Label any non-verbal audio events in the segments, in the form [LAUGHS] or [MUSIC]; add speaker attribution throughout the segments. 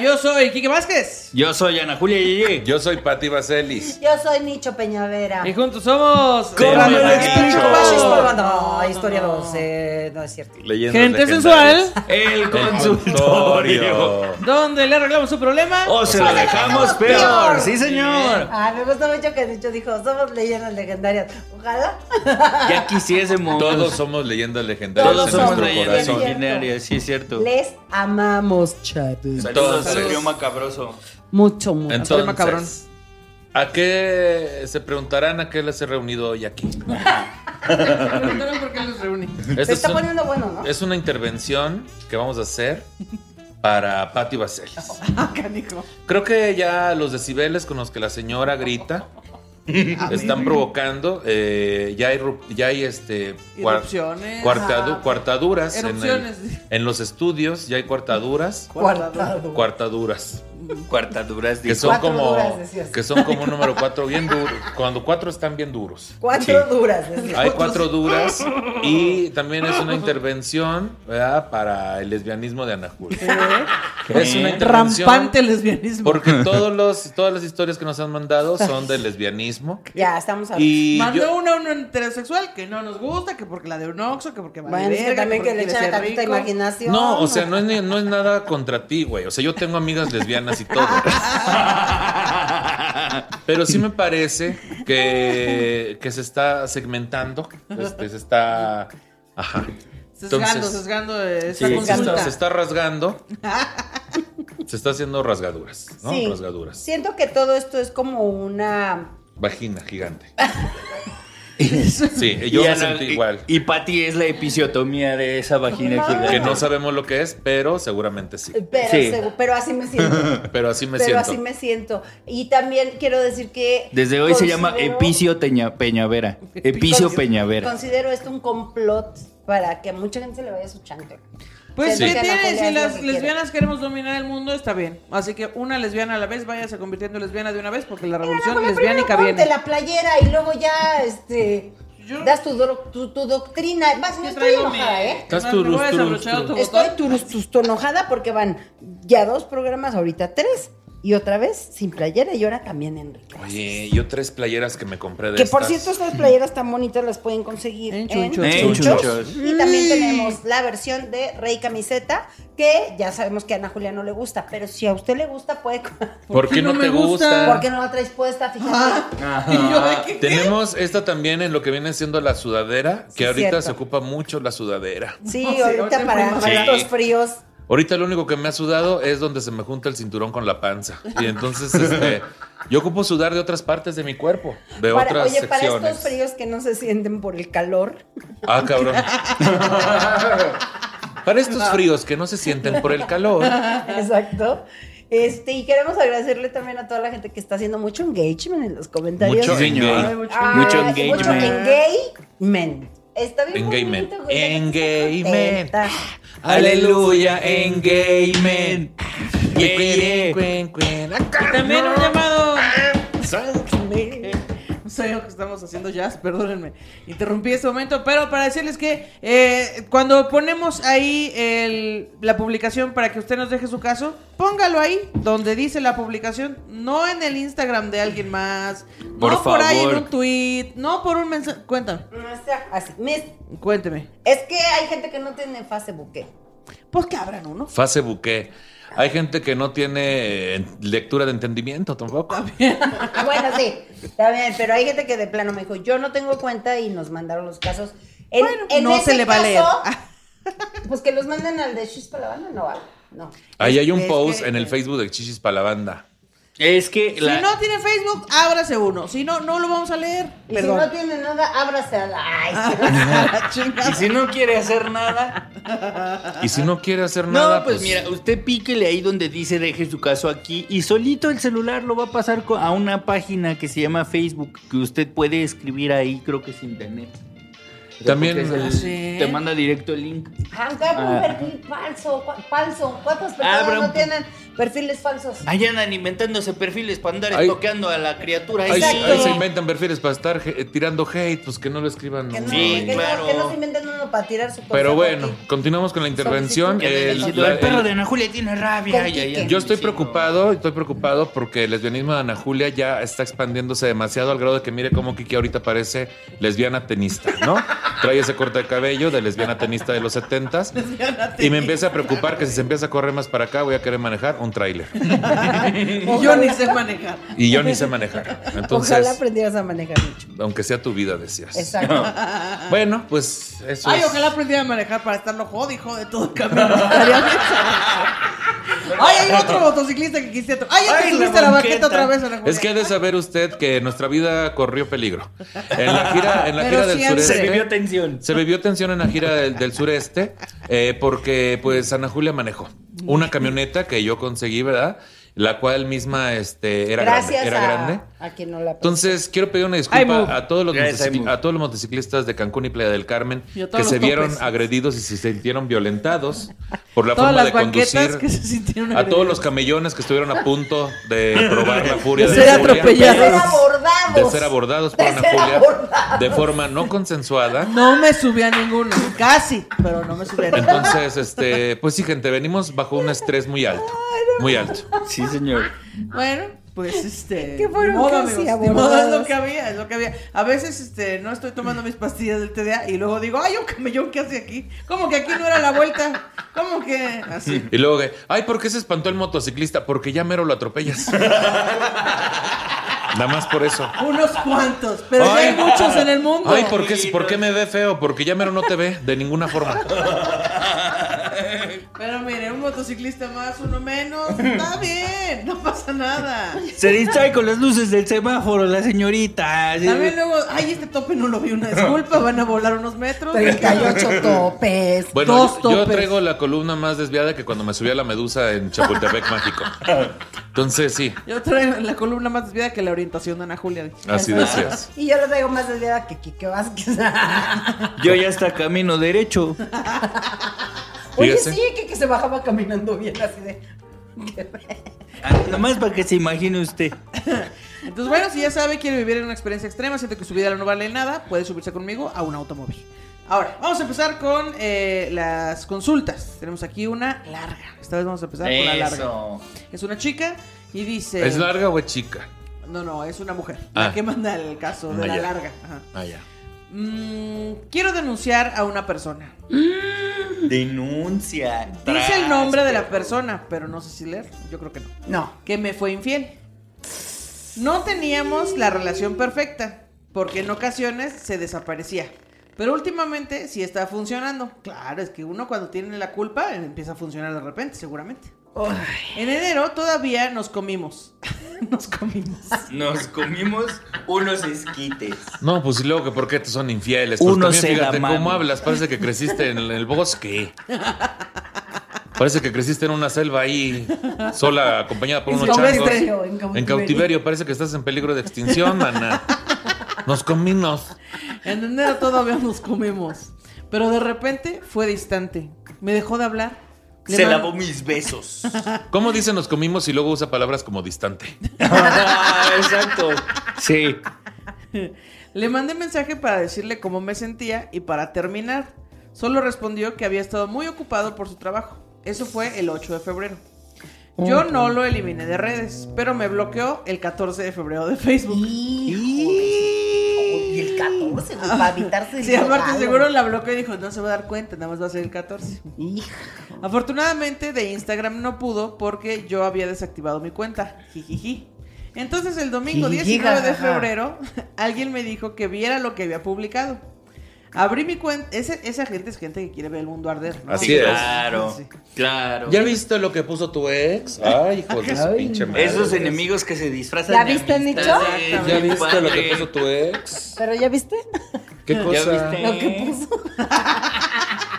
Speaker 1: yo soy Quique Vázquez.
Speaker 2: Yo soy Ana Julia Yeye.
Speaker 3: Yo soy Pati Vaselis.
Speaker 4: Yo soy Nicho Peñavera.
Speaker 1: Y juntos somos.
Speaker 3: ¿Cómo
Speaker 1: Cómame
Speaker 3: me lo
Speaker 1: la
Speaker 3: explico?
Speaker 1: Nicho.
Speaker 4: Valle Histórica. No, historia 12, no es cierto.
Speaker 3: Leyendas
Speaker 1: Gente
Speaker 3: legendarias.
Speaker 1: sensual,
Speaker 2: El
Speaker 3: El
Speaker 2: consultorio.
Speaker 3: consultorio.
Speaker 1: donde le arreglamos su problema.
Speaker 2: O se lo dejamos peor. Sí, señor.
Speaker 4: Ah, me gustó mucho que Nicho dijo, somos leyendas legendarias. Ojalá.
Speaker 2: Ya quisiésemos.
Speaker 3: Todos somos leyendas legendarias
Speaker 2: Todos
Speaker 3: en
Speaker 2: somos
Speaker 3: nuestro
Speaker 2: leyendas
Speaker 3: corazón.
Speaker 4: legendarias.
Speaker 2: imaginarias, sí es cierto.
Speaker 4: Les amamos, chavos.
Speaker 2: Todos
Speaker 3: Entonces.
Speaker 2: el idioma cabroso.
Speaker 4: Mucho, mucho.
Speaker 3: Entonces,
Speaker 1: cabrón.
Speaker 3: ¿a qué se preguntarán a qué les he reunido hoy aquí?
Speaker 1: Me preguntaron por qué los reúne.
Speaker 3: Esta
Speaker 4: Se
Speaker 3: es,
Speaker 4: está
Speaker 3: un-
Speaker 4: poniendo bueno, ¿no?
Speaker 3: es una intervención que vamos a hacer para Patti
Speaker 4: [LAUGHS]
Speaker 3: Vaselis.
Speaker 4: Ah,
Speaker 3: Creo que ya los decibeles con los que la señora
Speaker 4: [LAUGHS]
Speaker 3: grita están provocando. eh, ya hay, ru- ya hay este, cuar-
Speaker 1: Erupciones. Ah,
Speaker 3: cuartadu-
Speaker 4: Ah,
Speaker 3: cuartaduras en, el-
Speaker 1: Erupciones.
Speaker 3: en los estudios. Ya hay cuartaduras.
Speaker 4: Cuartado.
Speaker 3: Cuartaduras.
Speaker 2: Cuartaduras
Speaker 3: Que
Speaker 2: dijo.
Speaker 3: son
Speaker 4: Cuatro
Speaker 3: como
Speaker 4: duras, decías.
Speaker 3: que son como un número cuatro bien duro. Cuando cuatro están bien duros.
Speaker 4: Cuatro duras. es
Speaker 3: Hay cuatro duras y también es una intervención ¿verdad? para el lesbianismo de Ana Julia. Es una intervención
Speaker 1: Rampante lesbianismo.
Speaker 3: porque todos los, todas las historias que nos han mandado son de lesbianismo.
Speaker 4: Ya, estamos hablando.
Speaker 3: Y
Speaker 1: Mandó
Speaker 3: yo-
Speaker 1: una a un heterosexual que no nos gusta, que porque la de un oxo, que porque vale
Speaker 4: Bueno, es que
Speaker 1: verga,
Speaker 4: también que
Speaker 1: porque
Speaker 4: le
Speaker 1: quiere
Speaker 4: echan
Speaker 1: ser
Speaker 4: tantita
Speaker 1: rico.
Speaker 4: imaginación.
Speaker 3: no, o sea, no es, ni- no es nada contra ti, güey. O sea, yo tengo amigas lesbianas y todo. Pero sí me parece que, que se está segmentando. este, se está. Ajá.
Speaker 1: Sesgando,
Speaker 3: Entonces-
Speaker 1: sesgando esta
Speaker 3: Se
Speaker 2: Sí,
Speaker 3: está,
Speaker 1: consulta.
Speaker 3: se está rasgando.
Speaker 4: [LAUGHS]
Speaker 3: Se está haciendo rasgaduras, ¿no?
Speaker 4: Sí.
Speaker 3: Rasgaduras.
Speaker 4: Siento que todo esto es como una.
Speaker 3: Vagina
Speaker 4: [LAUGHS]
Speaker 3: gigante.
Speaker 1: Eso-
Speaker 3: Sí, yo
Speaker 2: Y
Speaker 3: me
Speaker 2: Ana-
Speaker 3: sentí
Speaker 2: y-
Speaker 3: igual.
Speaker 2: Y Pati es la episiotomía de esa vagina
Speaker 4: No.
Speaker 2: gigante.
Speaker 3: Que no sabemos lo que es, pero seguramente sí.
Speaker 4: Pero,
Speaker 2: Sí.
Speaker 4: segu- pero así me siento.
Speaker 3: [LAUGHS] Pero así me
Speaker 4: pero
Speaker 3: siento.
Speaker 4: así me siento. Y también quiero decir que.
Speaker 2: Desde hoy se
Speaker 4: considero-
Speaker 2: llama Epicio Teña- Peñavera. Epicio
Speaker 4: consi-
Speaker 2: Peñavera.
Speaker 4: Considero esto un complot para que a mucha gente se le vaya su chanto.
Speaker 1: Pues,
Speaker 3: Sí.
Speaker 1: ¿qué
Speaker 3: Sí.
Speaker 1: tiene? Si
Speaker 4: Es lo
Speaker 1: las
Speaker 4: que quiere.
Speaker 1: lesbianas queremos dominar el mundo, está bien. Así que una lesbiana a la vez, váyase convirtiendo en lesbiana de una vez, porque la
Speaker 4: Bueno,
Speaker 1: revolución
Speaker 4: pues, primero
Speaker 1: lesbiánica
Speaker 4: ponte
Speaker 1: viene.
Speaker 4: la playera y luego ya, este.
Speaker 1: Yo-
Speaker 4: Das tu, doc- tu, tu doctrina. Vas, no
Speaker 1: Yo
Speaker 4: estoy
Speaker 1: traigo mi-
Speaker 4: enojada, ¿eh?
Speaker 1: Es más,
Speaker 3: Estás
Speaker 1: me voy
Speaker 3: turus,
Speaker 1: a
Speaker 3: turus,
Speaker 1: desabrochar
Speaker 3: turus.
Speaker 1: tu
Speaker 4: Estoy
Speaker 1: botón.
Speaker 4: turus- tus- tu enojada porque van ya dos programas, ahorita tres. Y otra vez sin playera y ahora también en
Speaker 3: Oye, yo tres playeras que me compré de
Speaker 4: Que por
Speaker 3: estas.
Speaker 4: cierto, estas playeras tan bonitas las pueden conseguir
Speaker 1: En
Speaker 4: en
Speaker 1: Chunchos.
Speaker 4: Chunchos.
Speaker 2: En Chunchos.
Speaker 4: Y también tenemos la versión de Rey Camiseta, que ya sabemos que a Ana Julia no le gusta, pero si a usted le gusta, puede.
Speaker 3: ¿Por qué no, te gusta?
Speaker 4: Porque no la traes puesta, fíjate.
Speaker 1: Y yo de que-
Speaker 3: Tenemos esta también en lo que viene siendo la sudadera, que
Speaker 4: Sí,
Speaker 3: ahorita
Speaker 4: cierto.
Speaker 3: se ocupa mucho la sudadera.
Speaker 4: Sí,
Speaker 1: No sé, ahorita
Speaker 4: ahorita
Speaker 1: en
Speaker 4: para, para
Speaker 3: primavera.
Speaker 4: estos
Speaker 3: Sí.
Speaker 4: fríos.
Speaker 3: Ahorita lo único que me ha sudado es donde se me junta el cinturón con la panza. Y entonces, este, yo ocupo sudar de otras partes de mi cuerpo, de
Speaker 4: Para-
Speaker 3: otras
Speaker 4: oye, para
Speaker 3: secciones.
Speaker 4: estos fríos que no se sienten por el calor.
Speaker 3: Ah, cabrón. Para estos fríos que no se sienten por el calor.
Speaker 4: Exacto. Este, y queremos agradecerle también a toda la gente que está haciendo mucho engagement en los comentarios.
Speaker 3: Mucho engagement.
Speaker 1: Ay, mucho
Speaker 4: Ay,
Speaker 2: Mucho
Speaker 4: Ah, Mucho
Speaker 2: engagement.
Speaker 4: engagement. Está bien
Speaker 3: Engagement.
Speaker 4: bonito, güey, la gente está
Speaker 3: Engagement.
Speaker 4: contenta.
Speaker 2: Aleluya, engagement. Yeah, yeah.
Speaker 3: Cuen, cuen, cuen.
Speaker 1: Y también un llamado. No sé lo que estamos haciendo jazz, perdónenme. Interrumpí este momento, pero para decirles que eh, cuando ponemos ahí el- la publicación para que usted nos deje su caso, póngalo ahí donde dice la publicación, no en el Instagram de alguien más,
Speaker 2: Por
Speaker 1: no por ahí en
Speaker 2: favor.
Speaker 1: un tweet, no por un mensaje. Cuéntame,
Speaker 4: Nuestra- así, mis-
Speaker 1: cuénteme.
Speaker 4: Es que hay gente que no tiene fase buque.
Speaker 1: Pues que abran uno.
Speaker 3: Fase buque. Hay gente que no tiene eh, lectura de entendimiento
Speaker 4: Ah,
Speaker 3: tampoco.
Speaker 4: [LAUGHS] Bueno, sí, está bien, pero hay gente que de plano me dijo, yo no tengo cuenta y nos mandaron los casos. En,
Speaker 1: Bueno,
Speaker 4: en
Speaker 1: no
Speaker 4: ese
Speaker 1: se le va a leer. Ah.
Speaker 4: caso, Pues que los manden al de Chis para la banda, no va. No.
Speaker 3: Ahí hay un
Speaker 1: Es
Speaker 3: post
Speaker 1: que-
Speaker 3: en el Facebook de Chichis para la banda.
Speaker 2: Es que la-
Speaker 1: Si no tiene Facebook, ábrase uno. Si no, no lo vamos a leer.
Speaker 4: Y
Speaker 1: Perdón. Ah.
Speaker 4: si no tiene nada, ábrase a la. Ay, sí.
Speaker 1: La
Speaker 2: y
Speaker 1: chingada.
Speaker 2: si no quiere hacer nada.
Speaker 3: Y si no quiere hacer nada,
Speaker 2: No, pues mira, usted píquele ahí donde dice deje su caso aquí y solito el celular lo va a pasar co- a una página que se llama Facebook que usted puede escribir ahí, creo que es internet. O sea,
Speaker 3: También-
Speaker 2: porque es el-
Speaker 1: Ah, sí.
Speaker 2: te manda directo el link.
Speaker 4: Acá un
Speaker 2: Ah.
Speaker 4: perfil falso, cua- falso. ¿Cuántas
Speaker 2: Abra
Speaker 4: personas
Speaker 2: un
Speaker 4: no
Speaker 2: pu-
Speaker 4: tienen Perfiles falsos.
Speaker 2: Vayan alimentándose perfiles para andar
Speaker 3: Ay.
Speaker 2: toqueando a la criatura.
Speaker 3: Ahí, sí-
Speaker 4: Exacto.
Speaker 3: ahí se inventan perfiles para estar eh, tirando hate, pues que no lo escriban.
Speaker 4: Que no,
Speaker 2: Sí,
Speaker 4: que no-
Speaker 2: claro.
Speaker 4: que no se inventen uno para tirar su
Speaker 3: Pero
Speaker 4: consejo
Speaker 3: bueno, [LAUGHS]
Speaker 4: aquí.
Speaker 3: continuamos con la intervención.
Speaker 4: Solicitud.
Speaker 3: El-
Speaker 2: El,
Speaker 3: eh, la-
Speaker 2: perro
Speaker 3: el-
Speaker 2: de Ana Julia tiene
Speaker 4: Con
Speaker 2: rabia.
Speaker 4: Quique.
Speaker 3: yo estoy preocupado, estoy preocupado porque el lesbianismo de Ana Julia ya está expandiéndose demasiado al grado de que mire cómo Kiki ahorita parece lesbiana tenista,
Speaker 4: [LAUGHS]
Speaker 3: ¿no? Trae ese corte de cabello de lesbiana tenista de los 70s. Y me empieza a preocupar que si se empieza a correr más para acá voy a querer manejar un tráiler.
Speaker 1: Y yo ni sé manejar.
Speaker 3: Y yo ni sé manejar.
Speaker 4: [LAUGHS] Ojalá
Speaker 3: Entonces,
Speaker 4: aprendieras a manejar mucho.
Speaker 3: aunque sea tu vida, decías.
Speaker 4: Exacto.
Speaker 3: Bueno, pues eso
Speaker 1: Ay,
Speaker 3: es.
Speaker 1: ojalá aprendiera a manejar para estarlo jode y jode todo el [LAUGHS] camino. Estaría bien sabroso. Ay, hay otro motociclista que quisiste otro. Ay, ya te
Speaker 2: Ay, la
Speaker 1: subiste a la
Speaker 2: banqueta.
Speaker 1: banqueta otra vez, Ana Julia.
Speaker 3: Es que ha de saber usted que nuestra vida corrió peligro. En la gira, en la
Speaker 1: Pero
Speaker 3: gira del
Speaker 1: siempre.
Speaker 3: sureste.
Speaker 2: Se vivió tensión.
Speaker 3: Se vivió tensión en la gira del, del sureste eh, porque pues Ana Julia manejó una camioneta que yo conseguí, ¿verdad? La cual misma este, era,
Speaker 4: Gracias
Speaker 3: grande, era
Speaker 4: a,
Speaker 3: grande.
Speaker 4: a quien no la
Speaker 3: Entonces quiero pedir una
Speaker 1: Ay, Mu.
Speaker 3: disculpa a todos, los
Speaker 2: Gracias,
Speaker 3: motocicli-
Speaker 2: ay, Mu.
Speaker 3: a todos los motociclistas de Cancún y Playa del Carmen
Speaker 1: Y a
Speaker 3: que
Speaker 1: todos los
Speaker 3: se vieron
Speaker 1: topes.
Speaker 3: agredidos y se sintieron violentados por la
Speaker 1: Todas
Speaker 3: forma
Speaker 1: las
Speaker 3: de
Speaker 1: banquetas
Speaker 3: conducir.
Speaker 1: que se sintieron
Speaker 3: a todos
Speaker 1: agredidos.
Speaker 3: los camellones que estuvieron a punto de probar la furia
Speaker 1: De
Speaker 3: de,
Speaker 1: ser
Speaker 3: Julia
Speaker 4: De
Speaker 1: atropellados.
Speaker 4: ser abordados.
Speaker 3: de ser abordados por
Speaker 4: De
Speaker 3: Ana
Speaker 4: ser
Speaker 3: Julia
Speaker 4: abordados.
Speaker 3: de forma no consensuada.
Speaker 1: No me subí a ninguno. Casi, pero no me subí a ninguno.
Speaker 3: Entonces, este, pues sí, gente, venimos bajo un estrés muy alto. Muy alto.
Speaker 2: Sí, señor.
Speaker 1: Bueno, pues este.
Speaker 4: ¿Qué fueron
Speaker 1: ni modo,
Speaker 4: casi
Speaker 1: amigos, ni modo, es
Speaker 4: abordados?
Speaker 1: lo que había, es lo que había. A veces este, no estoy tomando mis pastillas del TDA y luego digo, ay, un camellón, ¿qué hace aquí? Como que aquí no era la vuelta. Como que así.
Speaker 3: Y luego, que, ay, ¿por qué se espantó el motociclista? Porque ya mero lo
Speaker 1: [LAUGHS]
Speaker 3: atropellas. Nada más por eso. [LAUGHS]
Speaker 1: Unos cuantos, pero ya hay
Speaker 3: Ay.
Speaker 1: muchos en el mundo.
Speaker 3: Ay, ¿por qué, ¿por qué me ve feo? Porque ya mero no te ve de ninguna forma.
Speaker 1: Pero mire, un motociclista más, uno menos,
Speaker 3: [LAUGHS]
Speaker 1: está bien, no pasa nada.
Speaker 2: Se distrae con las luces del semáforo, la señorita. Sí.
Speaker 1: También luego, ay, este tope no lo vi, una disculpa, van a volar unos metros.
Speaker 3: [LAUGHS]
Speaker 4: 38 topes.
Speaker 3: Bueno,
Speaker 1: Dos
Speaker 3: yo- yo
Speaker 1: topes.
Speaker 3: traigo la columna más desviada que cuando me subí a la medusa
Speaker 1: [LAUGHS]
Speaker 3: en Chapultepec, México. Entonces, sí,
Speaker 1: Yo traigo la columna más desviada que la orientación de Ana Julia.
Speaker 3: así decías.
Speaker 4: Y yo lo traigo más desviada que Kike Vázquez. [LAUGHS]
Speaker 2: Yo ya hasta camino derecho.
Speaker 4: Oye,
Speaker 3: Fíjese.
Speaker 4: sí, Kike se bajaba caminando bien así de.
Speaker 2: Ah, Nomás para que se imagine usted.
Speaker 1: Entonces, bueno, si ya sabe, quiere vivir en una experiencia extrema, siente que su vida no vale nada, puede subirse conmigo a un automóvil. Ahora, vamos a empezar con eh, las consultas. Tenemos aquí una larga. Esta vez vamos a empezar con la larga.
Speaker 2: Eso.
Speaker 1: Es una chica y dice...
Speaker 3: ¿Es larga o es chica?
Speaker 1: No, no, es una mujer.
Speaker 3: Ah.
Speaker 1: La que manda el caso de
Speaker 3: Ah,
Speaker 1: la
Speaker 3: ya.
Speaker 1: larga. Ajá.
Speaker 3: Ah, ya.
Speaker 1: Mm, quiero denunciar a una persona.
Speaker 2: Denuncia.
Speaker 1: Dice el nombre de la persona, pero no sé si leer. Yo creo que no.
Speaker 4: No.
Speaker 1: que me fue infiel. No teníamos la relación perfecta, porque en ocasiones se desaparecía. Pero últimamente sí está funcionando. Claro, es que uno cuando tiene la culpa eh, empieza a funcionar de repente, seguramente. En enero todavía nos comimos. [LAUGHS] nos comimos.
Speaker 2: Nos comimos unos esquites.
Speaker 3: No, pues y luego que por qué te son infieles. Pues
Speaker 2: Uno
Speaker 3: también
Speaker 2: se da
Speaker 3: fíjate
Speaker 2: mano.
Speaker 3: cómo hablas, parece que creciste en el bosque. Parece que creciste en una selva ahí, sola, acompañada por
Speaker 1: En
Speaker 3: unos changos.
Speaker 1: silvestre.
Speaker 4: en
Speaker 3: En cautiverio, parece que estás en peligro de extinción, mana. Nos comimos.
Speaker 1: En enero todavía nos comimos. Pero de repente fue distante. Me dejó de hablar. Le
Speaker 2: Se
Speaker 1: man-
Speaker 2: lavó
Speaker 1: [LAUGHS]
Speaker 2: mis besos.
Speaker 3: ¿Cómo dice nos comimos y luego usa palabras como distante?
Speaker 2: Ah, exacto. Sí.
Speaker 1: Le mandé mensaje para decirle cómo me sentía y para terminar. Solo respondió que había estado muy ocupado por su trabajo. Eso fue el 8 de febrero. Yo no lo eliminé de redes, pero me bloqueó el 14 de febrero de Facebook.
Speaker 4: Y el 14, güey, para evitarse el
Speaker 1: Sí, aparte
Speaker 4: regalo.
Speaker 1: seguro la bloqueó y dijo, no se va a dar cuenta, nada más va a ser el 14.
Speaker 4: Hija.
Speaker 1: Afortunadamente de Instagram no pudo porque yo había desactivado mi cuenta. Jijiji. Entonces el domingo
Speaker 4: Jijiji,
Speaker 1: 19 de
Speaker 4: jajaja.
Speaker 1: febrero [LAUGHS] alguien me dijo que viera lo que había publicado. Abrí mi cuenta. Ese- esa gente es gente que quiere ver el mundo arder. ¿no?
Speaker 3: Así es.
Speaker 2: Claro.
Speaker 1: Sí.
Speaker 2: Claro.
Speaker 3: ¿Ya viste lo que puso tu ex? Ay, hijo de su pinche madre.
Speaker 2: Esos enemigos que se disfrazan.
Speaker 4: ¿Ya
Speaker 2: de
Speaker 4: viste,
Speaker 2: amistad.
Speaker 4: Nicho?
Speaker 2: Exactamente,
Speaker 3: ¿Ya viste lo que
Speaker 2: padre.
Speaker 3: puso tu ex?
Speaker 4: Pero ya viste
Speaker 3: ¿Qué cosa?
Speaker 2: ¿Ya viste?
Speaker 4: lo que
Speaker 3: Eh,
Speaker 4: puso.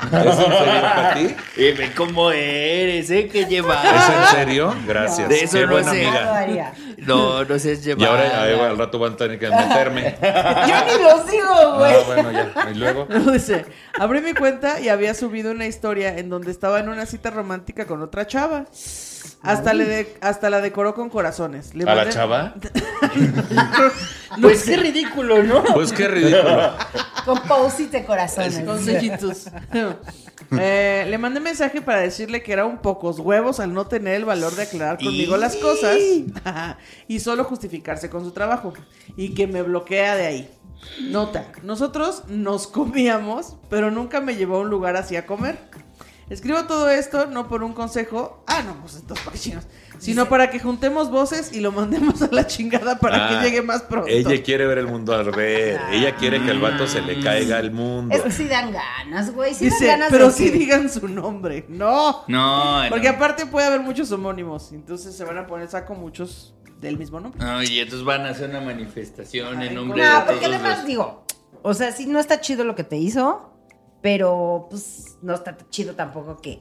Speaker 3: ¿Es en serio para ti?
Speaker 2: Eh, ve cómo eres, ¿eh?
Speaker 3: [LAUGHS]
Speaker 2: Qué
Speaker 3: ¿Es en
Speaker 2: llevas.
Speaker 3: serio? Gracias.
Speaker 2: De eso
Speaker 3: Qué
Speaker 2: no
Speaker 3: buena
Speaker 2: sé.
Speaker 4: No lo
Speaker 3: amiga.
Speaker 4: haría.
Speaker 2: No, no seas
Speaker 3: Y
Speaker 2: llevada.
Speaker 3: ahora ahí va, al rato van a tener que meterme.
Speaker 4: Yo ni lo sigo,
Speaker 3: Ah,
Speaker 4: güey.
Speaker 3: bueno, ya. Y luego.
Speaker 1: Luego dice, abrí mi cuenta y había subido una historia en donde estaba en una cita romántica con otra chava. Hasta, le de- hasta la decoró con corazones. Le
Speaker 3: ¿A la
Speaker 1: mandé- [LAUGHS]
Speaker 3: chava?
Speaker 2: Pues qué ridículo, ¿no?
Speaker 3: Pues qué ridículo.
Speaker 4: Con post de corazones.
Speaker 1: Con sellitos. [LAUGHS] Eh, le mandé mensaje para decirle que era un pocos huevos al no tener el valor de aclarar conmigo las cosas [LAUGHS] y solo justificarse con su trabajo y que me bloquea de ahí. Nota, nosotros nos comíamos, pero nunca me llevó a un lugar así a comer. Escribo todo esto no por un consejo, ah, no, pues entonces para qué chingados, sino para que juntemos voces y lo mandemos a la chingada para
Speaker 3: Ah,
Speaker 1: que llegue más pronto.
Speaker 3: Ella quiere ver el mundo arder. Ella quiere que al vato se le caiga el mundo.
Speaker 4: Es que sí dan ganas, güey. Sí
Speaker 1: Dice,
Speaker 4: dan ganas
Speaker 1: pero
Speaker 4: de
Speaker 1: sí
Speaker 4: que-
Speaker 1: digan su nombre, no.
Speaker 2: No, no.
Speaker 1: Porque aparte puede haber muchos homónimos, entonces se van a poner saco muchos del mismo nombre.
Speaker 2: Ay, y entonces van a hacer una manifestación
Speaker 1: Ay,
Speaker 2: en nombre de
Speaker 4: No,
Speaker 2: todos
Speaker 4: porque además
Speaker 2: los-
Speaker 4: digo, o sea, sí no está chido lo que te hizo, pero pues no está chido tampoco que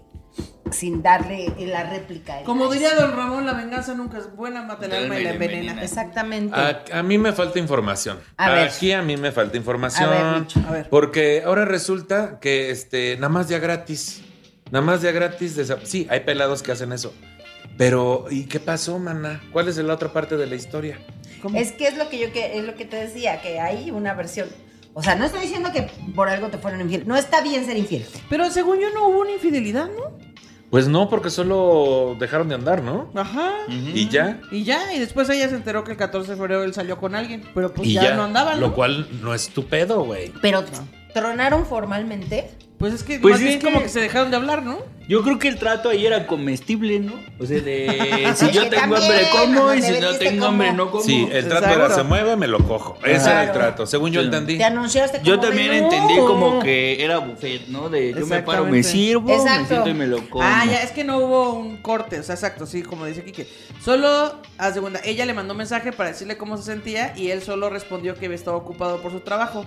Speaker 4: sin darle la réplica. el-
Speaker 1: Como diría don Ramón, la venganza nunca es buena, mata el alma y la envenena.
Speaker 4: Exactamente.
Speaker 3: A, a mí me falta información.
Speaker 4: A ver.
Speaker 3: Aquí a mí me falta información.
Speaker 4: A ver, Micho,
Speaker 1: a ver.
Speaker 3: Porque ahora resulta que este, nada más ya gratis. Nada más ya gratis. desa- sí, hay pelados que hacen eso. Pero, ¿y qué pasó, mana? ¿Cuál es la otra parte de la historia?
Speaker 1: ¿Cómo?
Speaker 4: Es que es lo que yo que es lo que te decía, que hay una versión. O sea, no estoy diciendo que por algo te fueron infiel. No está bien ser infiel.
Speaker 1: Pero según yo no hubo una infidelidad, ¿no?
Speaker 3: Pues no, porque solo dejaron de andar, ¿no?
Speaker 1: Ajá.
Speaker 3: Y ya.
Speaker 1: Y ya, y después ella se enteró que el 14 de febrero él salió con alguien, pero pues
Speaker 3: y
Speaker 1: ya, no andaban, ¿no?
Speaker 3: Lo cual no es tu pedo, güey.
Speaker 4: Pero tronaron formalmente.
Speaker 1: Pues es que
Speaker 2: Pues
Speaker 1: más
Speaker 2: es
Speaker 1: bien
Speaker 2: que-
Speaker 1: como que se dejaron de hablar, ¿no?
Speaker 2: Yo creo que el trato ahí era comestible, ¿no? O
Speaker 4: [LAUGHS]
Speaker 2: sea, de si yo
Speaker 4: que
Speaker 2: tengo
Speaker 4: también,
Speaker 2: hambre como
Speaker 4: mamá,
Speaker 2: y
Speaker 4: me
Speaker 2: si no
Speaker 4: vendiste
Speaker 2: tengo
Speaker 4: como.
Speaker 2: hambre no como.
Speaker 3: Sí, el trato
Speaker 1: Exacto.
Speaker 3: era se mueve, me lo cojo. Ese era el
Speaker 4: Claro.
Speaker 3: trato, según yo
Speaker 2: Sí.
Speaker 3: entendí.
Speaker 4: Te anunciaste como
Speaker 2: Yo también
Speaker 4: menú.
Speaker 2: entendí como que era buffet, ¿no? De yo me paro, me
Speaker 1: Exactamente.
Speaker 2: sirvo, me
Speaker 4: Exacto.
Speaker 2: siento y me lo como.
Speaker 1: Ah, ya, es que no hubo un corte, o sea, exacto, sí, como dice Kike. Solo, haz de cuenta, ella le mandó mensaje para decirle cómo se sentía y él solo respondió que había estado ocupado por su trabajo.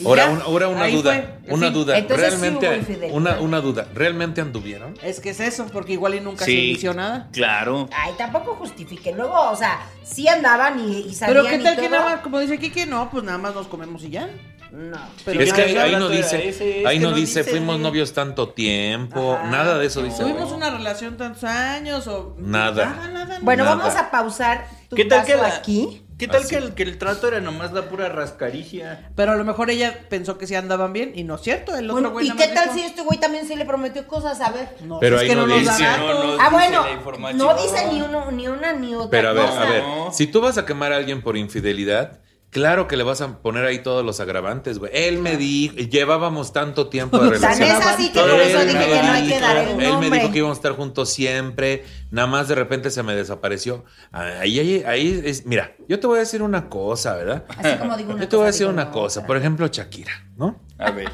Speaker 1: Y
Speaker 3: Ahora,
Speaker 1: ya,
Speaker 3: un- ahora una
Speaker 1: ahí
Speaker 3: duda,
Speaker 1: fue,
Speaker 3: una
Speaker 1: sí.
Speaker 3: duda,
Speaker 4: Entonces sí hubo
Speaker 3: realmente,
Speaker 4: infidelidad.
Speaker 3: una, una duda, ¿realmente anduvieron?
Speaker 1: Es que es eso, porque igual y nunca se
Speaker 2: Sí.
Speaker 1: inició nada.
Speaker 2: Claro.
Speaker 4: Ay, tampoco justifique. Luego, o sea, sí andaban y, y salían
Speaker 1: Pero qué
Speaker 4: y
Speaker 1: tal que
Speaker 4: todo.
Speaker 1: nada más, como dice Kike, no, pues nada más nos comemos y ya.
Speaker 4: No.
Speaker 1: Pero
Speaker 3: es
Speaker 1: ya,
Speaker 3: que ahí,
Speaker 1: ya
Speaker 3: ahí no
Speaker 2: rato era
Speaker 3: dice,
Speaker 2: ese, es
Speaker 3: ahí
Speaker 2: que
Speaker 3: no
Speaker 2: no
Speaker 3: dice,
Speaker 2: dice.
Speaker 3: fuimos novios tanto tiempo,
Speaker 1: Ajá.
Speaker 3: nada de eso
Speaker 1: no.
Speaker 3: dice.
Speaker 1: Tuvimos una relación tantos años o...
Speaker 3: Nada.
Speaker 1: Nada, nada,
Speaker 4: Bueno,
Speaker 3: Nada.
Speaker 4: vamos a pausar tu
Speaker 2: ¿Qué tal que
Speaker 4: vaso
Speaker 2: la-
Speaker 4: aquí.
Speaker 2: ¿Qué tal
Speaker 3: Así.
Speaker 2: que el, que el trato era nomás la pura rascaricia?
Speaker 1: Pero a lo mejor ella pensó que sí andaban bien y no es cierto, el otro
Speaker 4: Bueno,
Speaker 1: güey
Speaker 4: ¿Y
Speaker 1: nada más
Speaker 4: qué tal
Speaker 1: dijo,
Speaker 4: si este güey también sí le prometió cosas? A ver.
Speaker 1: No,
Speaker 3: Pero
Speaker 1: es
Speaker 3: ahí
Speaker 1: que
Speaker 3: no
Speaker 1: no, nos da
Speaker 3: dice,
Speaker 1: datos.
Speaker 2: no, no.
Speaker 4: Ah,
Speaker 2: dice
Speaker 4: bueno,
Speaker 2: la información.
Speaker 4: no dice ni, uno, ni una ni otra.
Speaker 3: Pero a ver,
Speaker 4: cosa.
Speaker 3: a ver,
Speaker 2: No.
Speaker 3: si tú vas a quemar a alguien por infidelidad, claro que le vas a poner ahí todos los agravantes, güey. Él me dijo, llevábamos tanto tiempo de
Speaker 4: Tan
Speaker 3: relación.
Speaker 4: es así que por eso
Speaker 3: Él
Speaker 4: dije
Speaker 3: me
Speaker 4: que no hay que
Speaker 3: dijo-
Speaker 4: dar el
Speaker 3: Él
Speaker 4: nombre.
Speaker 3: me dijo que íbamos a estar juntos siempre, nada más de repente se me desapareció. Ahí, ahí, ahí es, mira, yo te voy a decir una cosa, ¿verdad?
Speaker 4: Así como digo una
Speaker 3: Yo te voy a
Speaker 4: cosa,
Speaker 3: decir
Speaker 4: digo
Speaker 3: una
Speaker 4: otra.
Speaker 3: cosa, por ejemplo, Shakira, ¿no?
Speaker 4: [LAUGHS]
Speaker 2: A ver.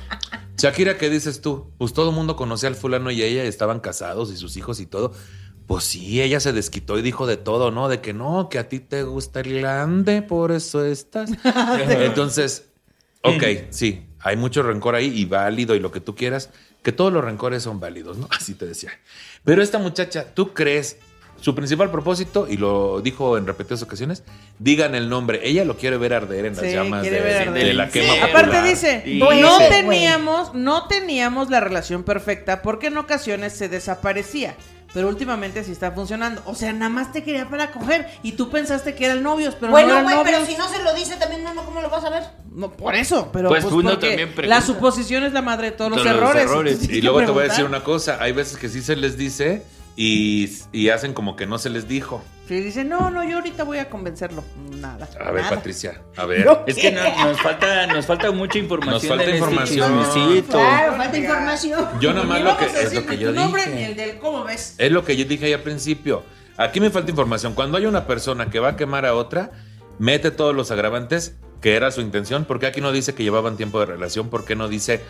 Speaker 3: Shakira, ¿qué dices tú? Pues todo el mundo conocía al fulano y ella estaban casados y sus hijos y todo. Pues sí, ella se desquitó y dijo de todo, ¿no? De que no, que a ti te gusta el grande, por eso estás.
Speaker 4: Ah,
Speaker 3: Entonces, ok, sí, hay mucho rencor ahí y válido y lo que tú quieras, que todos los rencores son válidos, ¿no? [LAUGHS] Así te decía. Pero esta muchacha, ¿tú crees? Su principal propósito, y lo dijo en repetidas ocasiones, digan el nombre. Ella lo quiere ver arder en las
Speaker 1: Sí,
Speaker 3: llamas de,
Speaker 1: quiere ver
Speaker 3: de
Speaker 1: arder.
Speaker 3: la quema.
Speaker 2: Sí.
Speaker 3: popular.
Speaker 1: Aparte dice,
Speaker 2: Y-
Speaker 1: no
Speaker 4: Duele,
Speaker 1: teníamos, no teníamos la relación perfecta porque en ocasiones se desaparecía. Pero últimamente sí está funcionando. O sea, nada más te quería para coger y tú pensaste que eran novios, pero no
Speaker 4: Bueno,
Speaker 1: eran
Speaker 4: güey, pero
Speaker 1: novios.
Speaker 4: si no se lo dice también uno, ¿cómo lo vas a ver?
Speaker 1: No, por eso, pero
Speaker 2: Pues
Speaker 1: pues,
Speaker 2: uno
Speaker 1: porque
Speaker 2: también pregunta.
Speaker 1: la suposición es la madre de todos los
Speaker 2: Todos los
Speaker 1: errores.
Speaker 2: errores.
Speaker 1: Entonces,
Speaker 3: Y luego te voy a
Speaker 1: preguntar.
Speaker 3: decir una cosa, hay veces que sí se les dice y, y hacen como que no se les dijo.
Speaker 1: Sí, dice, no, no, yo ahorita voy a convencerlo. Nada.
Speaker 3: A ver,
Speaker 1: nada.
Speaker 3: Patricia, a ver.
Speaker 2: Es
Speaker 4: [LAUGHS]
Speaker 2: que no- nos falta, nos falta mucha información.
Speaker 3: falta
Speaker 2: en este
Speaker 3: información.
Speaker 2: chismecito.
Speaker 4: Claro, falta información.
Speaker 3: Yo nada más
Speaker 1: Ni
Speaker 3: lo
Speaker 1: vamos
Speaker 3: que,
Speaker 1: a
Speaker 3: es
Speaker 1: decir
Speaker 3: lo
Speaker 1: ni
Speaker 3: que
Speaker 1: tu
Speaker 3: yo
Speaker 1: nombre ni
Speaker 3: dije. Eh,
Speaker 1: el del cómo ves.
Speaker 3: Es lo que yo dije ahí al principio. Aquí me falta información. Cuando hay una persona que va a quemar a otra, mete todos los agravantes que era su intención, porque aquí no dice que llevaban tiempo de relación, porque no dice,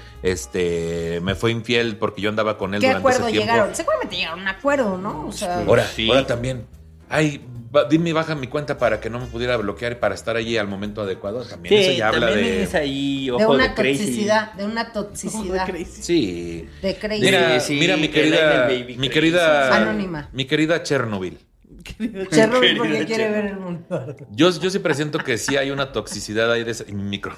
Speaker 3: este, me fue infiel porque yo andaba con él
Speaker 4: ¿Qué
Speaker 3: durante ese
Speaker 4: acuerdo
Speaker 3: tiempo.
Speaker 4: llegaron? Seguramente llegaron a un acuerdo, ¿no? O sea,
Speaker 3: Ahora,
Speaker 2: Sí.
Speaker 3: ahora también. Ay, ba- dime baja mi cuenta para que no me pudiera bloquear y para estar allí al momento adecuado. También eso ya habla
Speaker 2: también
Speaker 3: de.
Speaker 2: es ahí, ojo
Speaker 4: de
Speaker 2: de,
Speaker 4: una
Speaker 2: crazy.
Speaker 4: toxicidad, de una toxicidad.
Speaker 3: Sí.
Speaker 4: De crazy.
Speaker 3: Mira,
Speaker 2: Sí,
Speaker 3: mira mi
Speaker 2: el
Speaker 3: querida,
Speaker 2: Lionel Baby
Speaker 3: mi
Speaker 2: Crazy.
Speaker 3: querida,
Speaker 4: Anónima.
Speaker 3: mi querida Chernobyl.
Speaker 4: Chernobyl
Speaker 2: Querida
Speaker 4: porque quiere
Speaker 2: Chernobyl.
Speaker 4: ver el mundo.
Speaker 3: Yo, yo sí presiento que sí hay una toxicidad ahí de ese- en mi micro.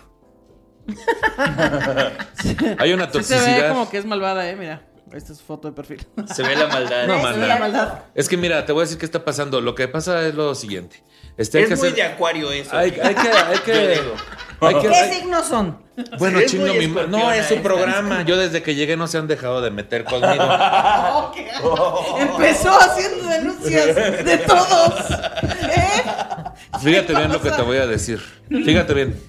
Speaker 3: hay una
Speaker 1: Sí se ve
Speaker 3: toxicidad.
Speaker 1: como que es malvada, eh, mira. Esta es foto de perfil.
Speaker 2: Se ve la maldad.
Speaker 3: No,
Speaker 4: Sí,
Speaker 3: maldad.
Speaker 4: la maldad.
Speaker 3: Es que mira, te voy a decir qué está pasando. Lo que pasa es lo siguiente. Este, hay
Speaker 2: es
Speaker 3: que
Speaker 2: muy
Speaker 3: hacer-
Speaker 2: de acuario eso.
Speaker 3: hay, hay que, hay que,
Speaker 2: Yo digo.
Speaker 3: hay
Speaker 1: [LAUGHS]
Speaker 3: que-
Speaker 4: ¿Qué
Speaker 3: hay-
Speaker 4: signos son?
Speaker 3: bueno,
Speaker 2: Es
Speaker 3: chingo
Speaker 2: muy
Speaker 3: mi ma- No,
Speaker 2: escorpiona
Speaker 3: es su
Speaker 2: esta.
Speaker 3: programa. Yo desde que llegué no se han dejado de meter conmigo.
Speaker 2: [LAUGHS]
Speaker 1: Empezó haciendo denuncias de todos. ¿Eh?
Speaker 3: Fíjate bien lo que
Speaker 1: pasa?
Speaker 3: te voy a decir. Fíjate bien.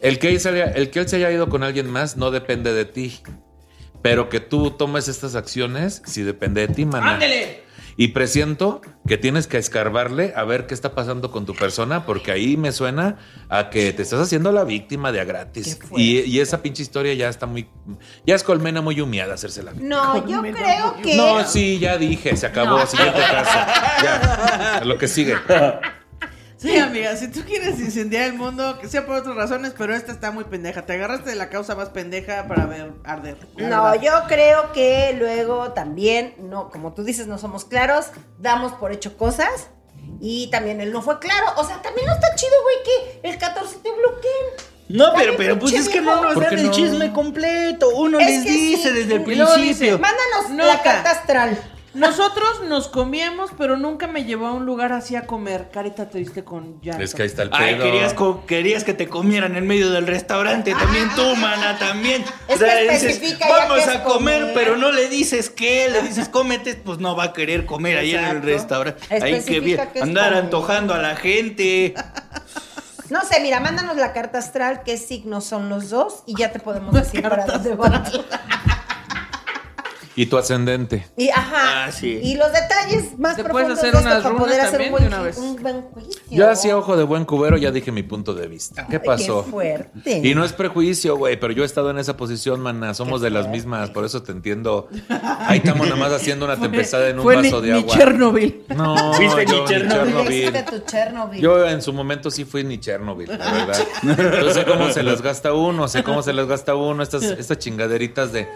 Speaker 3: El que, él se haya, el que él se haya ido con alguien más no depende de ti. Pero que tú tomes estas acciones sí depende de ti, mano.
Speaker 1: ¡Ándele!
Speaker 3: Y presiento que tienes que escarbarle a ver qué está pasando con tu persona, porque ahí me suena a que te estás haciendo la víctima de a gratis.
Speaker 4: Qué fuerte.
Speaker 3: Y, y esa pinche historia ya está muy. Ya es colmena muy humeada hacerse la víctima.
Speaker 4: No, yo creo que.
Speaker 3: No, sí, ya dije, se acabó.
Speaker 4: No.
Speaker 3: Siguiente caso. Ya, a lo que
Speaker 4: [LAUGHS]
Speaker 3: sigue.
Speaker 1: Sí, amiga, si tú quieres incendiar el mundo, que sea por otras razones, pero esta está muy pendeja. Te agarraste de la causa más pendeja para ver arder. la
Speaker 4: No,
Speaker 1: verdad.
Speaker 4: yo creo que luego también, no, como tú dices, no somos claros, damos por hecho cosas y también él no fue claro. O sea, también no está chido, güey, que el 14 te bloqueen.
Speaker 2: No, pero,
Speaker 4: Dale,
Speaker 2: pero pues
Speaker 4: pinche
Speaker 2: es que
Speaker 4: viejo.
Speaker 2: no nos
Speaker 3: ¿Por
Speaker 2: dan
Speaker 3: qué
Speaker 2: el
Speaker 3: no?
Speaker 2: chisme completo. Uno
Speaker 4: Es
Speaker 2: les
Speaker 4: que
Speaker 2: dice
Speaker 4: sí.
Speaker 2: desde el
Speaker 1: Y luego dice,
Speaker 2: principio.
Speaker 4: Mándanos
Speaker 1: Nota.
Speaker 4: la carta astral.
Speaker 1: Nosotros nos comíamos, pero nunca me llevó a un lugar así a comer. Carita triste con llanto.
Speaker 3: Es que ahí está el pedo.
Speaker 2: Ay, querías, co- querías que te comieran en medio del restaurante. También tú, mana, también.
Speaker 4: Ah. Es que especifica ya
Speaker 2: vamos
Speaker 4: que es
Speaker 2: a comer,
Speaker 4: comer.
Speaker 2: pero no le dices qué, le
Speaker 4: [LAUGHS]
Speaker 2: dices cómete, pues no va a querer comer ahí en el
Speaker 4: Exacto.
Speaker 2: restaurante. Ahí que bien.
Speaker 4: Especifica que es
Speaker 2: Andar
Speaker 4: comer.
Speaker 2: antojando a la gente.
Speaker 4: No sé, mira, mándanos la carta astral, qué signos son los dos y ya te podemos decir para dónde van.
Speaker 3: Y tu ascendente.
Speaker 4: Y ajá.
Speaker 2: Ah, sí.
Speaker 4: Y los detalles más
Speaker 1: ¿Te puedes
Speaker 4: profundos
Speaker 1: hacer
Speaker 4: de esto
Speaker 1: unas
Speaker 4: para poder
Speaker 1: runas
Speaker 4: hacer un
Speaker 1: también
Speaker 4: buen,
Speaker 1: de una
Speaker 4: ju-
Speaker 1: vez?
Speaker 4: un buen juicio.
Speaker 3: Yo hacía ojo de buen cubero, ya dije mi punto de vista. ¿Qué
Speaker 4: Ay,
Speaker 3: pasó?
Speaker 4: Qué fuerte.
Speaker 3: Y no es prejuicio, güey, pero yo he estado en esa posición, mana. Somos
Speaker 4: Qué
Speaker 3: de las
Speaker 4: fuerte.
Speaker 3: mismas, por eso te entiendo. Ahí estamos nada más haciendo una tempestad en un
Speaker 1: Fue
Speaker 3: vaso
Speaker 1: ni-
Speaker 3: de
Speaker 1: ni
Speaker 3: agua.
Speaker 1: Chernobyl.
Speaker 3: No,
Speaker 2: Fuiste
Speaker 3: yo
Speaker 2: ni
Speaker 3: ni
Speaker 2: Chernobyl.
Speaker 3: Chernobyl.
Speaker 4: Hiciste tu Chernobyl.
Speaker 3: Yo en su momento sí fui ni Chernobyl, la verdad. Yo sé cómo se las gasta uno, sé cómo se las gasta uno, estas, estas chingaderitas de.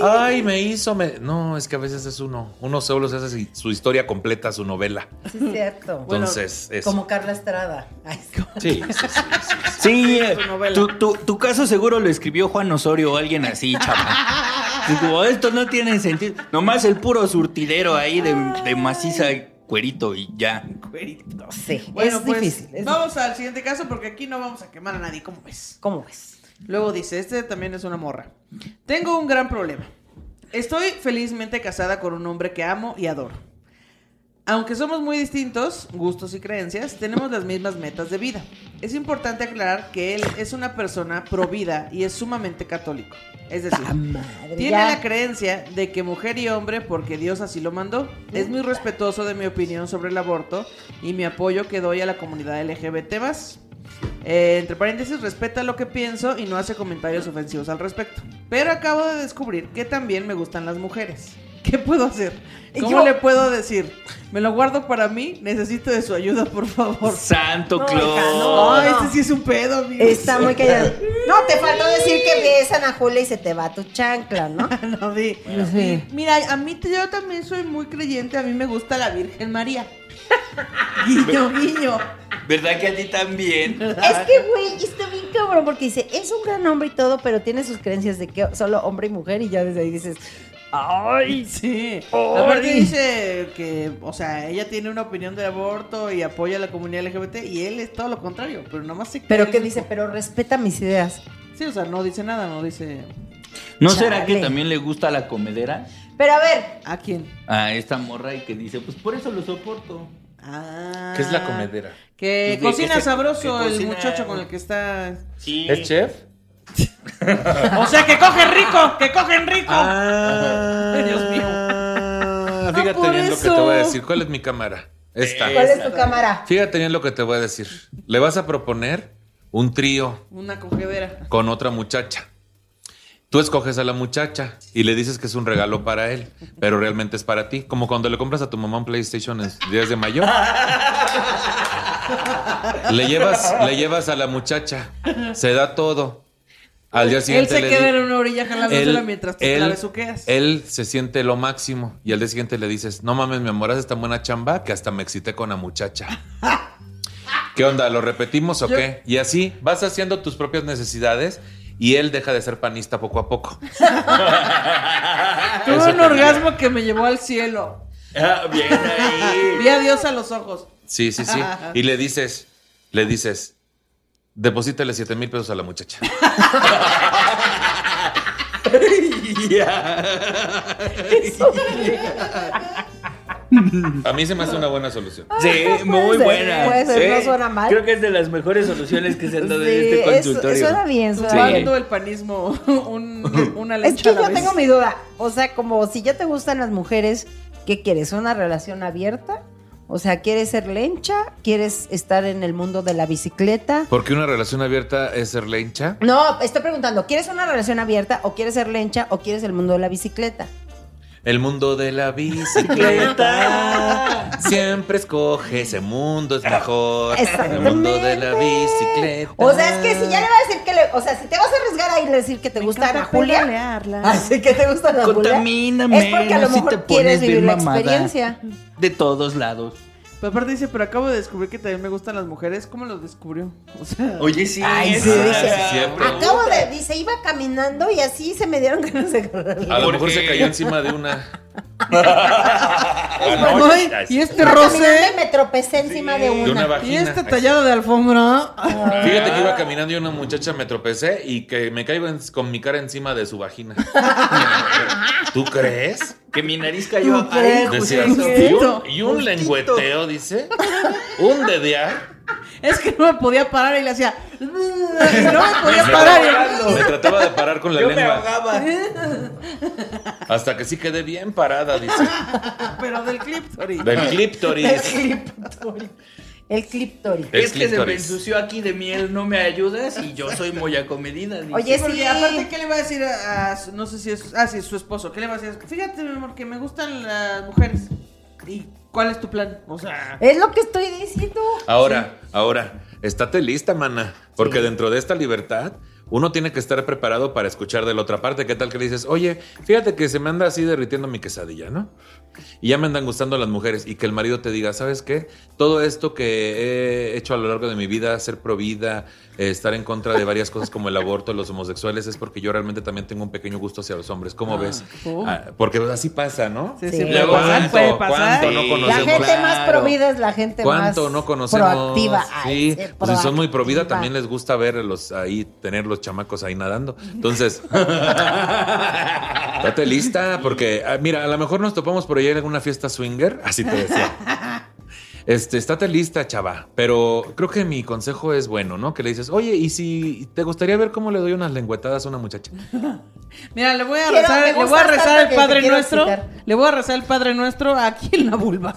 Speaker 3: Ay, me hizo. Me... No, es que a veces es uno. Uno solo se hace su- su historia completa, su novela.
Speaker 4: Sí, es cierto.
Speaker 1: Bueno,
Speaker 3: Entonces, eso.
Speaker 4: Como Carla Estrada. Ay,
Speaker 3: Sí, sí, sí.
Speaker 2: Sí, eh,
Speaker 1: tu novela.
Speaker 2: tu, tu- tu caso seguro lo escribió Juan Osorio o alguien así, chaval. Digo, esto no tiene sentido. Nomás el puro surtidero ahí de, de maciza y cuerito y ya.
Speaker 4: no sé.
Speaker 1: Bueno,
Speaker 4: es
Speaker 1: pues
Speaker 4: difícil. es
Speaker 1: vamos al siguiente caso porque aquí no vamos a quemar a nadie, ¿cómo ves?
Speaker 4: difícil. ¿Cómo es?
Speaker 1: Luego dice, este también es una morra. Tengo un gran problema. Estoy felizmente casada con un hombre que amo y adoro. Aunque somos muy distintos, gustos y creencias, tenemos las mismas metas de vida. Es importante aclarar que él es una persona pro vida y es sumamente católico. Es decir,
Speaker 4: La madre.
Speaker 1: tiene
Speaker 4: ya.
Speaker 1: la creencia de que mujer y hombre, porque Dios así lo mandó, es muy respetuoso de mi opinión sobre el aborto y mi apoyo que doy a la comunidad LGBT más. Eh, entre paréntesis, respeta lo que pienso y no hace comentarios ofensivos al respecto. Pero acabo de descubrir que también me gustan las mujeres. [LAUGHS] ¿Qué puedo hacer? ¿Cómo
Speaker 4: Yo-
Speaker 1: le puedo decir? ¿Me lo guardo para mí? Necesito de su ayuda, por favor.
Speaker 2: Santo
Speaker 4: No,
Speaker 2: Claus.
Speaker 4: hija, no.
Speaker 1: No, este sí es un pedo, amigo.
Speaker 4: Está muy callado. No, te faltó decir que besan a Julia y se te va tu chancla, ¿no?
Speaker 1: [LAUGHS] No, di.
Speaker 4: Sí.
Speaker 1: Y Mira, a mí t- yo también soy muy creyente, a mí me gusta la Virgen María. guiño, guiño.
Speaker 2: ¿Verdad que a ti también?
Speaker 4: Es que, güey, está bien cabrón porque dice, es un gran hombre y todo, pero tiene sus creencias de que solo hombre y mujer y ya desde ahí dices, ay,
Speaker 1: Sí.
Speaker 4: Ay.
Speaker 1: Aparte dice que, o sea, ella tiene una opinión del aborto y apoya a la comunidad LGBT y él es todo lo contrario, pero nomás se...
Speaker 4: pero
Speaker 1: cree
Speaker 4: que
Speaker 1: eso.
Speaker 4: dice, pero respeta mis ideas.
Speaker 1: Sí, o sea, no dice nada, no dice...
Speaker 2: ¿No será
Speaker 4: Chale.
Speaker 2: que también le gusta la comedera
Speaker 4: Pero a ver,
Speaker 1: ¿A quién?
Speaker 2: a esta morra y que dice, pues por eso lo soporto?
Speaker 1: Ah.
Speaker 3: ¿Qué es la comedera?
Speaker 1: Que
Speaker 2: Pues de
Speaker 1: cocina
Speaker 2: que se-
Speaker 1: sabroso
Speaker 2: que
Speaker 1: el
Speaker 2: cocina-
Speaker 1: muchacho con el que está...
Speaker 2: Sí.
Speaker 3: ¿Es chef?
Speaker 1: O sea, que coge rico, que cogen rico.
Speaker 3: Ah,
Speaker 1: Dios mío.
Speaker 3: Ah, Fíjate
Speaker 1: por
Speaker 3: bien lo que te
Speaker 1: eso.
Speaker 3: voy a decir. ¿Cuál es mi cámara? Esta.
Speaker 4: ¿cuál es tu
Speaker 2: [LAUGHS]
Speaker 4: cámara?
Speaker 3: Fíjate bien lo que te voy a decir. Le vas a proponer un trío
Speaker 1: Una cogedera.
Speaker 3: con otra muchacha. Tú escoges a la muchacha y le dices que es un regalo para él, pero realmente es para ti. Como cuando le compras a tu mamá un PlayStation en sus días de mayo. Le llevas, le llevas a la muchacha, se da todo. Al día
Speaker 1: Él
Speaker 3: siguiente
Speaker 1: se
Speaker 3: le
Speaker 1: queda
Speaker 3: di-
Speaker 1: en una orilla jalándosela
Speaker 3: él-
Speaker 1: mientras tú
Speaker 3: él-
Speaker 1: la besuqueas.
Speaker 3: Él se siente lo máximo y al día siguiente le dices, no mames, mi amor, haces tan buena chamba que hasta me excité con la muchacha.
Speaker 1: [LAUGHS]
Speaker 3: ¿Qué onda? ¿Lo repetimos o
Speaker 1: Yo-
Speaker 3: qué? Y así vas haciendo tus propias necesidades y él deja de ser panista poco a poco.
Speaker 1: Tuve
Speaker 3: Eso
Speaker 1: un
Speaker 3: también.
Speaker 1: orgasmo que me llevó al cielo.
Speaker 2: Ah, bien ahí. [LAUGHS]
Speaker 1: Vi a Dios a los ojos.
Speaker 3: Sí, sí,
Speaker 1: [LAUGHS]
Speaker 3: sí. Y le dices, le dices, deposítale 7 mil pesos a la muchacha. A mí se me hace una buena solución.
Speaker 2: Sí, muy
Speaker 4: Puede ser,
Speaker 2: buena.
Speaker 4: puede ser,
Speaker 2: Sí.
Speaker 4: no suena mal.
Speaker 2: Creo que es de las mejores soluciones que se han dado en este
Speaker 4: es-
Speaker 2: consultorio.
Speaker 4: suena bien, suena
Speaker 2: Sí.
Speaker 4: bien.
Speaker 1: Cuando el panismo, [LAUGHS] un, una leche
Speaker 4: Es que
Speaker 1: a la
Speaker 4: yo
Speaker 1: vez.
Speaker 4: tengo mi duda. O sea, como si ya te gustan las mujeres, ¿qué quieres? ¿Una relación abierta? O sea, ¿quieres ser lencha? ¿Quieres estar en el mundo de la bicicleta?
Speaker 3: Porque una relación abierta es ser lencha.
Speaker 4: No, estoy preguntando, ¿quieres una relación abierta o quieres ser lencha o quieres el mundo de la bicicleta?
Speaker 3: El mundo de la bicicleta. Siempre escoge ese mundo, es mejor. El mundo de la bicicleta.
Speaker 4: O sea, es que si ya le vas a decir que le, o sea, si te vas a arriesgar a ir a decir que te gusta Ana [LAUGHS] Julia,
Speaker 1: Ah,
Speaker 4: así que te gusta Ana Julia,
Speaker 2: Contamíname,
Speaker 4: es porque a lo
Speaker 2: si
Speaker 4: mejor
Speaker 2: te pones
Speaker 4: quieres vivir
Speaker 2: bien
Speaker 4: la
Speaker 2: mamada.
Speaker 4: experiencia.
Speaker 2: De todos lados.
Speaker 1: Pero aparte dice, pero acabo de descubrir que también me gustan las mujeres. ¿Cómo lo descubrió? O sea,
Speaker 2: Oye, sí.
Speaker 4: Ay,
Speaker 2: es
Speaker 4: sí,
Speaker 2: una-
Speaker 4: dije,
Speaker 3: siempre.
Speaker 4: Acabo de, dice, iba caminando y así se me dieron [LAUGHS] ganas de correr.
Speaker 3: A lo mejor
Speaker 2: Porque-
Speaker 3: se cayó encima de una.
Speaker 1: ay, y este
Speaker 4: Iba caminando y
Speaker 1: roce,
Speaker 4: me tropecé encima de una.
Speaker 3: De
Speaker 4: [LAUGHS]
Speaker 3: una
Speaker 1: y
Speaker 3: vagina.
Speaker 1: este tallado de alfombra. [LAUGHS]
Speaker 3: Fíjate que iba caminando y una muchacha me tropecé y que me caigo en- con mi cara encima de su
Speaker 2: [LAUGHS]
Speaker 3: vagina. ¿Tú crees?
Speaker 2: Que mi nariz cayó. pues,
Speaker 4: ¿Tú
Speaker 2: Ay,
Speaker 4: crees?
Speaker 3: Decía,
Speaker 2: justito.
Speaker 3: y un, y un
Speaker 2: Justito.
Speaker 3: lengüeteo, dice. Un dedear.
Speaker 1: Es que no me podía parar y le hacía. [LAUGHS] "Mm", y No me
Speaker 4: [LAUGHS]
Speaker 1: podía parar.
Speaker 3: Me trataba de parar con la
Speaker 2: Yo me
Speaker 3: lengua.
Speaker 2: ahogaba.
Speaker 3: Hasta que sí quedé bien parada, dice.
Speaker 1: y- Pero del clítoris.
Speaker 2: [LAUGHS]
Speaker 3: Del clíptoris.
Speaker 4: El clítoris.
Speaker 3: El
Speaker 2: Es que se me
Speaker 3: clítoris.
Speaker 2: ensució aquí de miel, no me ayudas y yo soy moya comedida. dice.
Speaker 4: Oye,
Speaker 1: Porque
Speaker 4: sí.
Speaker 1: aparte, ¿qué le va a decir a, a su- no sé si es, ah, sí, su esposo? ¿Qué le va a decir? Fíjate, mi amor, que me gustan las mujeres. ¿Y cuál es tu plan? O sea,
Speaker 4: Es lo que estoy diciendo.
Speaker 3: Ahora, ahora, estate lista, mana, porque
Speaker 4: Sí.
Speaker 3: dentro de esta libertad uno tiene que estar preparado para escuchar de la otra parte. ¿Qué tal que le dices, oye, fíjate que se me anda así derritiendo mi quesadilla, ¿no? Y ya me andan gustando las mujeres y que el marido te diga, ¿sabes qué? Todo esto que he hecho a lo largo de mi vida, ser provida, eh, estar en contra de varias cosas como el aborto, los homosexuales, es porque yo realmente también tengo un pequeño gusto hacia los hombres. ¿Cómo ves?
Speaker 1: oh.
Speaker 3: Ah, porque así pasa, ¿no?
Speaker 1: sí,
Speaker 4: Sí.
Speaker 1: sí, puede
Speaker 4: Luego,
Speaker 1: pasar, puede
Speaker 3: ¿cuánto?
Speaker 1: pasar.
Speaker 3: ¿Cuánto no
Speaker 2: Sí.
Speaker 4: La
Speaker 3: conocemos?
Speaker 4: gente más
Speaker 2: claro.
Speaker 4: provida es la gente más
Speaker 3: ¿Cuánto no conocemos?
Speaker 4: proactiva. Ay,
Speaker 3: Sí,
Speaker 4: sí,
Speaker 3: pues si son muy provida,
Speaker 4: proactiva.
Speaker 3: también les gusta ver los ahí, tener los chamacos ahí nadando.
Speaker 4: [LAUGHS]
Speaker 3: Entonces, date lista, porque ah, mira, a lo mejor nos topamos por allá en alguna fiesta swinger, así te decía.
Speaker 4: [LAUGHS]
Speaker 3: Este, estate lista, chava. Pero creo que mi consejo es bueno, ¿no? Que le dices, oye, ¿y si te gustaría ver cómo le doy unas lengüetadas a una muchacha?
Speaker 1: Mira, le voy a
Speaker 4: Quiero-
Speaker 1: rezar,
Speaker 4: me
Speaker 1: le voy a
Speaker 4: gustas
Speaker 1: rezar
Speaker 4: tanto
Speaker 1: el
Speaker 4: que te
Speaker 1: Padre
Speaker 4: quiero
Speaker 1: Nuestro.
Speaker 4: excitar.
Speaker 1: Le voy a rezar el Padre Nuestro aquí en la
Speaker 3: [LAUGHS]
Speaker 1: vulva.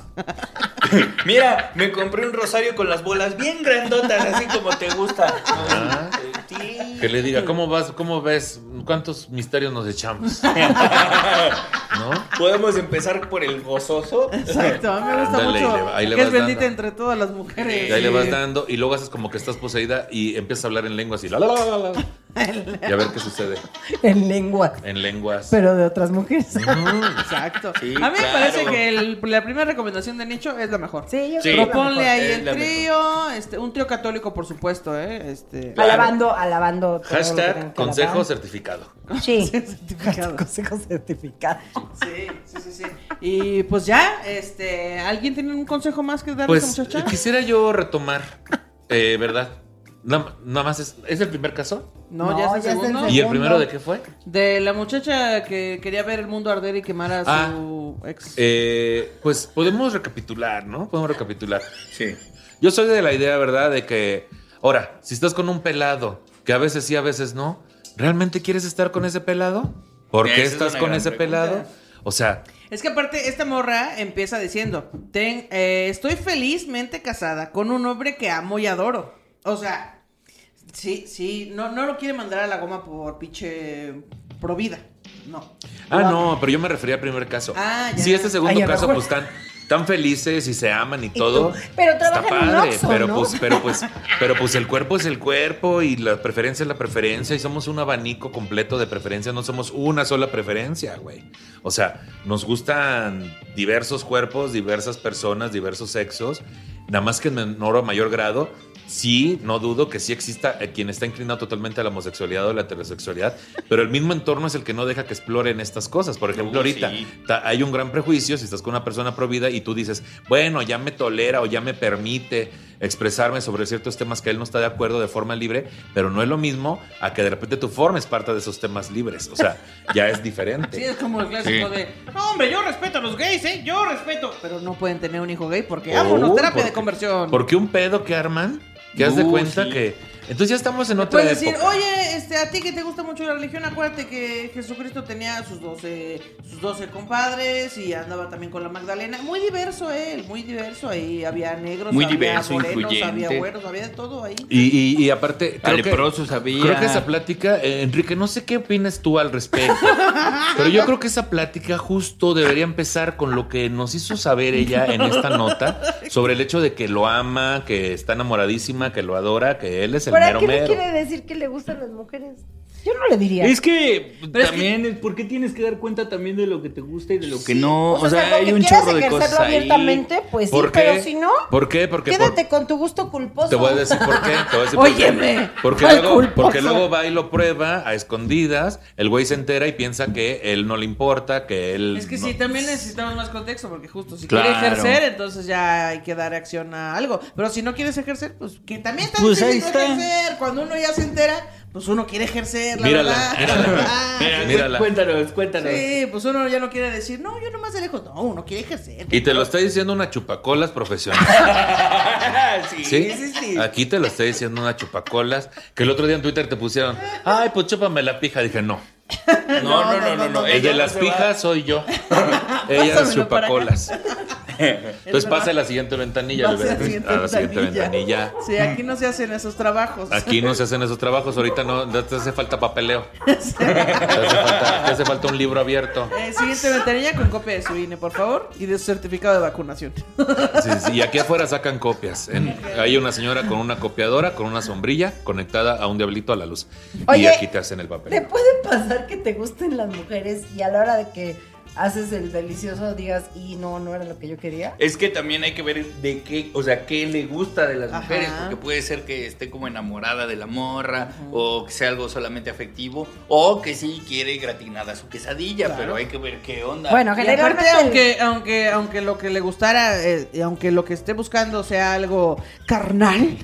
Speaker 2: Mira, me compré un rosario con las bolas bien grandotas, así como te gusta.
Speaker 3: Ah.
Speaker 2: Sí.
Speaker 3: Que le diga, ¿cómo vas? ¿Cómo ves? ¿Cuántos misterios nos echamos? [LAUGHS] ¿No?
Speaker 2: Podemos empezar por el gozoso.
Speaker 1: Exacto, a mí me gusta
Speaker 3: Dale, ahí
Speaker 1: mucho.
Speaker 3: le- ahí le
Speaker 1: que es
Speaker 3: vas
Speaker 1: bendita
Speaker 3: dando.
Speaker 1: entre todas las mujeres.
Speaker 3: Y ahí le vas dando y luego haces como que estás poseída y empiezas a hablar en lenguas y la la la la, la. Y a ver qué sucede
Speaker 4: En lengua,
Speaker 3: en lenguas.
Speaker 4: pero de otras mujeres.
Speaker 1: Exacto.
Speaker 2: Sí,
Speaker 1: a mí me
Speaker 2: claro.
Speaker 1: parece que el- la primera recomendación de Nicho es la mejor.
Speaker 4: Sí, yo
Speaker 2: Sí.
Speaker 4: creo que
Speaker 1: Proponle
Speaker 2: mejor,
Speaker 1: ahí
Speaker 2: es
Speaker 1: el
Speaker 2: la mejor.
Speaker 1: trío, este, un trío católico, por supuesto, ¿eh? Este,
Speaker 4: mejor. Alabando, alabando. todo lo que tengan
Speaker 3: Hashtag
Speaker 4: que
Speaker 3: consejo
Speaker 4: alabar.
Speaker 3: certificado.
Speaker 4: [LAUGHS] Sí.
Speaker 1: certificado.
Speaker 4: Consejo certificado.
Speaker 1: Sí, sí, sí, sí. Y pues ya, este, ¿alguien tiene un consejo más que darle a
Speaker 3: Pues
Speaker 1: esta muchacha?
Speaker 3: quisiera yo retomar, eh, ¿verdad? Nada nada más es, es el primer caso.
Speaker 1: No,
Speaker 4: No,
Speaker 1: ya es el
Speaker 4: ya es el
Speaker 1: segundo.
Speaker 3: ¿Y el
Speaker 4: Segundo.
Speaker 3: primero de qué fue?
Speaker 1: De la muchacha que quería ver el mundo arder y quemar a
Speaker 3: Ah,
Speaker 1: su ex.
Speaker 3: Eh, pues podemos recapitular, ¿no? Podemos recapitular.
Speaker 2: Sí.
Speaker 3: Yo soy de la idea, ¿verdad? De que, ahora, si estás con un pelado, que a veces sí, a veces no, ¿realmente quieres estar con ese pelado? ¿Por
Speaker 2: Esa
Speaker 3: qué
Speaker 2: es
Speaker 3: estás
Speaker 2: una
Speaker 3: con
Speaker 2: gran
Speaker 3: ese
Speaker 2: pregunta.
Speaker 3: pelado? O sea,
Speaker 1: Es que aparte, esta morra empieza diciendo: "Ten- eh, Estoy felizmente casada con un hombre que amo y adoro. O sea, sí, sí, no, no lo quiere mandar a la goma por pinche pro vida. No.
Speaker 3: ah,
Speaker 1: Lo-
Speaker 3: no, pero yo me refería al primer caso.
Speaker 1: Ah, ya.
Speaker 3: Si este segundo
Speaker 4: Ay, ya me
Speaker 3: caso,
Speaker 4: acuerdo.
Speaker 3: pues están tan felices y se aman y,
Speaker 4: tú,
Speaker 3: todo.
Speaker 4: pero trabaja en un Oxxo,
Speaker 3: pero
Speaker 4: ¿no?
Speaker 3: pues, pero
Speaker 4: [LAUGHS]
Speaker 3: pues, pero pues el cuerpo es el cuerpo y la preferencia es la preferencia y somos un abanico completo de preferencias, no somos una sola preferencia, güey. O sea, nos gustan diversos cuerpos, diversas personas, diversos sexos, nada más que en menor o mayor grado sí, no dudo que sí exista eh, quien está inclinado totalmente a la homosexualidad o a la heterosexualidad, [LAUGHS] pero el mismo entorno es el que no deja que exploren estas cosas. Por ejemplo,
Speaker 2: Uh,
Speaker 3: ahorita
Speaker 2: sí.
Speaker 3: ta- hay un gran prejuicio si estás con una persona provida y tú dices, bueno, ya me tolera o ya me permite expresarme sobre ciertos temas que él no está de acuerdo de forma libre, pero no es lo mismo a que de repente tú formes parte de esos temas libres. O sea, ya es diferente.
Speaker 1: Sí, es como el clásico
Speaker 2: Sí.
Speaker 1: de, "No, hombre, yo respeto a los gays, ¿eh? Yo respeto. Pero no pueden tener un hijo gay porque,
Speaker 3: Oh,
Speaker 1: vámonos, terapia de
Speaker 3: porque-
Speaker 1: conversión.
Speaker 3: Porque un pedo que arman, que haz de
Speaker 2: Uh,
Speaker 3: cuenta
Speaker 2: sí.
Speaker 3: que. Entonces ya estamos en
Speaker 1: Le
Speaker 3: otra
Speaker 1: puedes decir,
Speaker 3: época.
Speaker 1: oye, este, a ti que te gusta mucho la religión, acuérdate que Jesucristo tenía sus 12, sus 12 compadres y andaba también con la Magdalena. Muy diverso él, muy diverso. Ahí había negros,
Speaker 2: Muy
Speaker 1: había
Speaker 2: diverso,
Speaker 1: morenos, había
Speaker 2: incluyente.
Speaker 1: güeros, había de todo ahí.
Speaker 3: y, y- y aparte,
Speaker 2: A
Speaker 3: creo que,
Speaker 2: leprosos había.
Speaker 3: creo que esa plática, eh, Enrique, no sé qué opinas tú al
Speaker 4: [LAUGHS]
Speaker 3: respecto, pero yo creo que esa plática justo debería empezar con lo que nos hizo saber ella en esta nota sobre el hecho de que lo ama, que está enamoradísima, que lo adora, que él es el
Speaker 4: ¿Para
Speaker 3: mero
Speaker 4: qué le
Speaker 3: mero.
Speaker 4: quiere decir que le gustan las mujeres? Yo no le diría.
Speaker 2: Es que
Speaker 1: Pero es
Speaker 2: también, ¿por qué tienes que dar cuenta también de lo que te gusta y de lo
Speaker 4: Sí,
Speaker 2: que no? O sea,
Speaker 4: salvo
Speaker 2: hay
Speaker 4: que
Speaker 2: un
Speaker 4: quieras
Speaker 2: chorro de
Speaker 4: ejercerlo
Speaker 2: cosas ahí.
Speaker 4: abiertamente, pues sí,
Speaker 3: ¿Por qué?
Speaker 4: pero si no,
Speaker 3: ¿Por qué? Porque por-
Speaker 4: quédate con tu gusto culposo.
Speaker 3: Te voy a decir por qué. Te voy a decir por qué.
Speaker 1: Óyeme,
Speaker 3: Porque
Speaker 1: ¿cuál
Speaker 3: luego,
Speaker 1: culposo?
Speaker 3: porque luego va y lo prueba a escondidas. El güey se entera y piensa que él no le importa, que él.
Speaker 1: Es que
Speaker 3: no-
Speaker 1: sí, también necesitamos más contexto porque justo si
Speaker 2: Claro.
Speaker 1: quiere ejercer, entonces ya hay que dar acción a algo. Pero si no quieres ejercer, pues que también está
Speaker 2: Pues ahí
Speaker 1: difícil no
Speaker 2: está.
Speaker 1: ejercer. Cuando uno ya se entera, pues uno quiere ejercer, la
Speaker 3: Mírala,
Speaker 1: verdad.
Speaker 3: mírala,
Speaker 1: [LAUGHS] Ah,
Speaker 2: Mira,
Speaker 3: Mírala.
Speaker 2: Cuéntanos, cuéntanos.
Speaker 1: Sí, pues uno ya no quiere decir, no, yo nomás de lejos. No, uno quiere ejercer.
Speaker 3: Y te lo está diciendo una chupacolas profesional.
Speaker 2: [LAUGHS] Sí.
Speaker 3: ¿Sí?
Speaker 1: sí, sí.
Speaker 2: Ah,
Speaker 3: Aquí te lo está diciendo una chupacolas. Que el otro día en Twitter te pusieron, ay, pues chúpame la pija. Dije, no.
Speaker 2: No, no, no, no, no.
Speaker 3: El
Speaker 2: ella
Speaker 3: de
Speaker 2: no
Speaker 3: las
Speaker 2: se va.
Speaker 3: pijas
Speaker 1: [LAUGHS]
Speaker 3: soy yo. Ella es
Speaker 1: Pásamelo para acá.
Speaker 3: chupacolas.
Speaker 2: [LAUGHS]
Speaker 3: Entonces
Speaker 1: verdad.
Speaker 3: pasa a la siguiente ventanilla.
Speaker 1: Pase
Speaker 3: le
Speaker 1: a la
Speaker 3: ves,
Speaker 1: siguiente
Speaker 3: a la siguiente
Speaker 1: ventanilla.
Speaker 3: ventanilla.
Speaker 1: Sí, aquí no se hacen esos trabajos.
Speaker 3: Aquí no se hacen esos trabajos, ahorita no, no te hace falta papeleo. Te hace falta, te hace falta un libro abierto.
Speaker 1: Eh, siguiente ventanilla con copia de su INE, por favor, y de su certificado de vacunación.
Speaker 3: Sí, sí, y aquí afuera sacan copias. En- hay una señora con una copiadora, con una sombrilla, conectada a un diablito a la luz. y
Speaker 4: Oye,
Speaker 3: aquí te hacen el
Speaker 4: ¿Te
Speaker 3: papel.
Speaker 4: puede pasar que te gusten las mujeres y a la hora de que haces el delicioso digas, y no, no era lo que yo quería?
Speaker 2: Es que también hay que ver de qué, o sea, qué le gusta de las
Speaker 1: Ajá.
Speaker 2: mujeres, porque puede ser que esté como enamorada de la morra, o que sea algo solamente afectivo, o que sí quiere gratinada su quesadilla,
Speaker 1: Claro.
Speaker 2: pero hay que ver qué onda.
Speaker 4: Bueno,
Speaker 1: Y aparte,
Speaker 4: generalmente...
Speaker 1: aunque, aunque, aunque lo que le gustara, eh, y aunque lo que esté buscando sea algo carnal,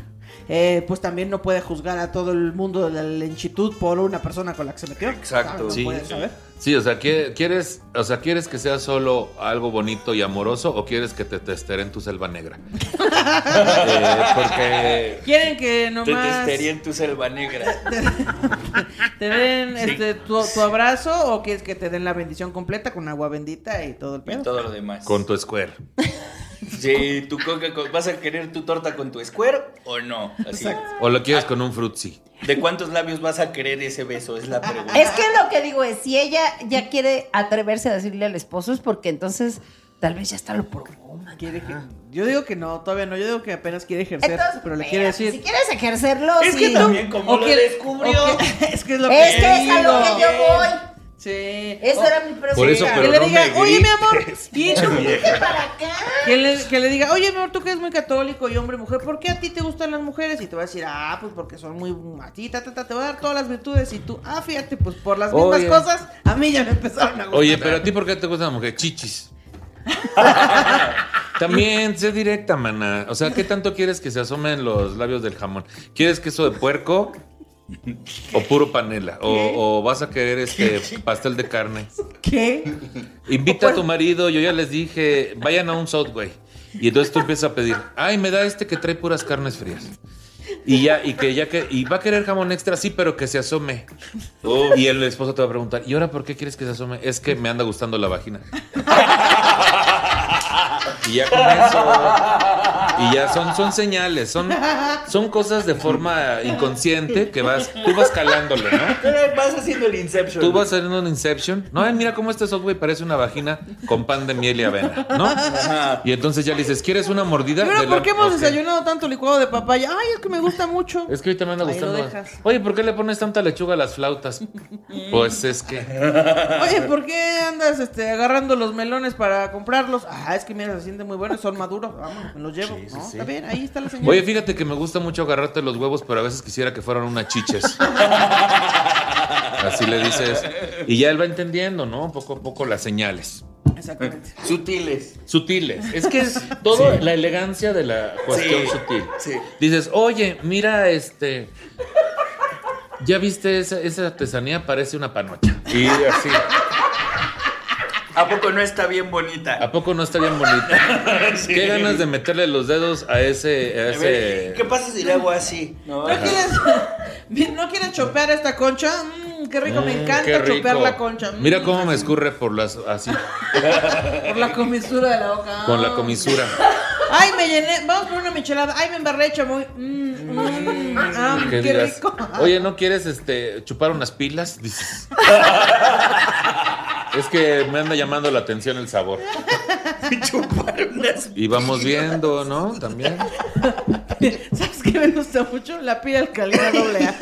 Speaker 1: eh, pues también no puede juzgar a todo el mundo de la lentitud por una persona con la que se metió. Ah,
Speaker 2: Exacto.
Speaker 1: No
Speaker 3: Sí,
Speaker 1: puede
Speaker 3: sí.
Speaker 1: saber.
Speaker 3: Sí, o sea, ¿quie- ¿quieres, o sea, ¿quieres que sea solo algo bonito y amoroso o quieres que te testeren tu selva negra? Eh, porque
Speaker 1: Quieren que
Speaker 2: te
Speaker 1: nomás
Speaker 2: testería en tu selva negra.
Speaker 1: te den este, tu, tu abrazo o quieres que te den la bendición completa con agua bendita y todo el
Speaker 2: Y
Speaker 1: pedo.
Speaker 2: todo lo demás.
Speaker 3: con tu square.
Speaker 2: Sí, tu coca con- ¿Vas a querer tu torta con tu square o no? Así.
Speaker 3: O lo quieres con un frutzi.
Speaker 2: ¿De cuántos labios vas a querer ese beso? Es
Speaker 1: Ah,
Speaker 2: la pregunta.
Speaker 4: Es que lo que digo es, si ella ya quiere atreverse a decirle al esposo es porque entonces tal vez ya está lo por
Speaker 1: Quiere que- yo digo que no, todavía no. Yo digo que apenas quiere ejercer, pero le quiere decir.
Speaker 4: Si quieres ejercerlo,
Speaker 2: Es que
Speaker 4: sí.
Speaker 2: tú- También como
Speaker 1: o
Speaker 2: lo
Speaker 1: quiere-
Speaker 2: descubrió.
Speaker 1: o que- [LAUGHS] es que es lo
Speaker 4: Es
Speaker 1: que
Speaker 4: que es a lo
Speaker 1: digo.
Speaker 4: que yo voy.
Speaker 1: Sí.
Speaker 4: Eso
Speaker 1: O-
Speaker 4: era mi pregunta.
Speaker 3: Por eso,
Speaker 1: que
Speaker 3: pero
Speaker 1: le
Speaker 3: no
Speaker 1: diga,
Speaker 3: me
Speaker 1: oye, mi
Speaker 3: grites,
Speaker 1: amor, ¿y tú?
Speaker 4: Vente para acá.
Speaker 1: Que le, que le diga, oye, mi amor, tú que eres muy católico y hombre, mujer, ¿por qué a ti te gustan las mujeres? Y te va a decir, ah, pues porque son muy. A ti, ta, ta, ta, te va a dar todas las virtudes. Y tú, ah, fíjate, pues por las mismas
Speaker 3: Oye.
Speaker 1: cosas, a mí ya me empezaron a gustar.
Speaker 3: Oye, pero a ti, ¿por qué te gusta la mujer? Chichis. También, sé directa, maná. O sea, ¿qué tanto quieres que se asomen los labios del jamón? ¿Quieres queso de puerco? ¿O puro panela? O, o vas a querer este pastel de carne?
Speaker 1: ¿Qué?
Speaker 3: Invita a tu marido, yo ya les dije, vayan a un Subway. Y entonces tú empiezas a pedir, ay, me da este que trae puras carnes frías. Y ya, y que ya que, y va a querer jamón extra, sí, pero que se asome. Y el esposo te va a preguntar, ¿y ahora por qué quieres que se asome? Es que me anda gustando la vagina. Y ya con eso. Y ya son, son señales, son, son cosas de forma inconsciente que vas, tú vas calándole, ¿no?
Speaker 2: Pero vas haciendo el Inception.
Speaker 3: Tú vas Pues a hacer un Inception. No, ay, mira cómo este software parece una vagina con pan de miel y avena, ¿no?
Speaker 2: Ajá.
Speaker 3: Y entonces ya le dices, ¿quieres una mordida?
Speaker 1: Pero
Speaker 3: De
Speaker 1: ¿por
Speaker 3: la-
Speaker 1: qué hemos
Speaker 3: Ok.
Speaker 1: desayunado tanto licuado de papaya? Ay, es que me gusta mucho.
Speaker 3: [LAUGHS] Es que ahorita me anda
Speaker 1: Ahí lo
Speaker 3: gustando.
Speaker 1: dejas.
Speaker 3: Oye, ¿por qué le pones tanta lechuga a las flautas? Pues es que.
Speaker 1: Oye, ¿por qué andas este, agarrando los melones para comprarlos? Ah, es que mira, se siente muy bueno, son maduros, vámonos, me los llevo.
Speaker 2: Sí, sí,
Speaker 1: ¿no?
Speaker 2: sí.
Speaker 1: Está bien, ahí está la señora.
Speaker 3: Oye, fíjate que me gusta mucho agarrarte los huevos, pero a veces quisiera que fueran unas chiches. Así le dices. Y ya él va entendiendo, ¿no? Poco a poco las señales.
Speaker 1: Exactamente.
Speaker 2: Sutiles.
Speaker 3: Sutiles. Es que es todo la elegancia de la cuestión
Speaker 2: Sí,
Speaker 3: sutil.
Speaker 2: sí.
Speaker 3: Dices, oye, mira este. Ya viste esa, esa artesanía, parece una panocha. Y así.
Speaker 2: ¿A poco no está bien bonita?
Speaker 3: ¿A poco no está
Speaker 1: [LAUGHS]
Speaker 3: bien bonita? Qué ganas de meterle los dedos a ese. A
Speaker 2: A ver,
Speaker 3: ese...
Speaker 2: ¿Qué pasa si le hago así? No,
Speaker 1: ¿No quieres, bien, ¿No quieres [LAUGHS] chopear esta concha? Mm, qué rico, me
Speaker 3: Mm,
Speaker 1: encanta
Speaker 3: qué rico.
Speaker 1: chopear la concha. Mm,
Speaker 3: Mira cómo me escurre por las así,
Speaker 1: Por la comisura de la boca.
Speaker 3: con la comisura.
Speaker 1: Ay, me llené. Vamos por una michelada. Ay, me embarré, chamoy. Mm, mm, ah,
Speaker 3: Que
Speaker 1: qué
Speaker 3: digas,
Speaker 1: rico.
Speaker 3: Oye, ¿no quieres este chupar unas pilas? Dices. es que me anda llamando la atención el sabor.
Speaker 2: [LAUGHS] chupar unas.
Speaker 3: Y vamos viendo, ¿no? También.
Speaker 1: [LAUGHS] ¿Sabes qué me gusta mucho? La pila alcalina doble A.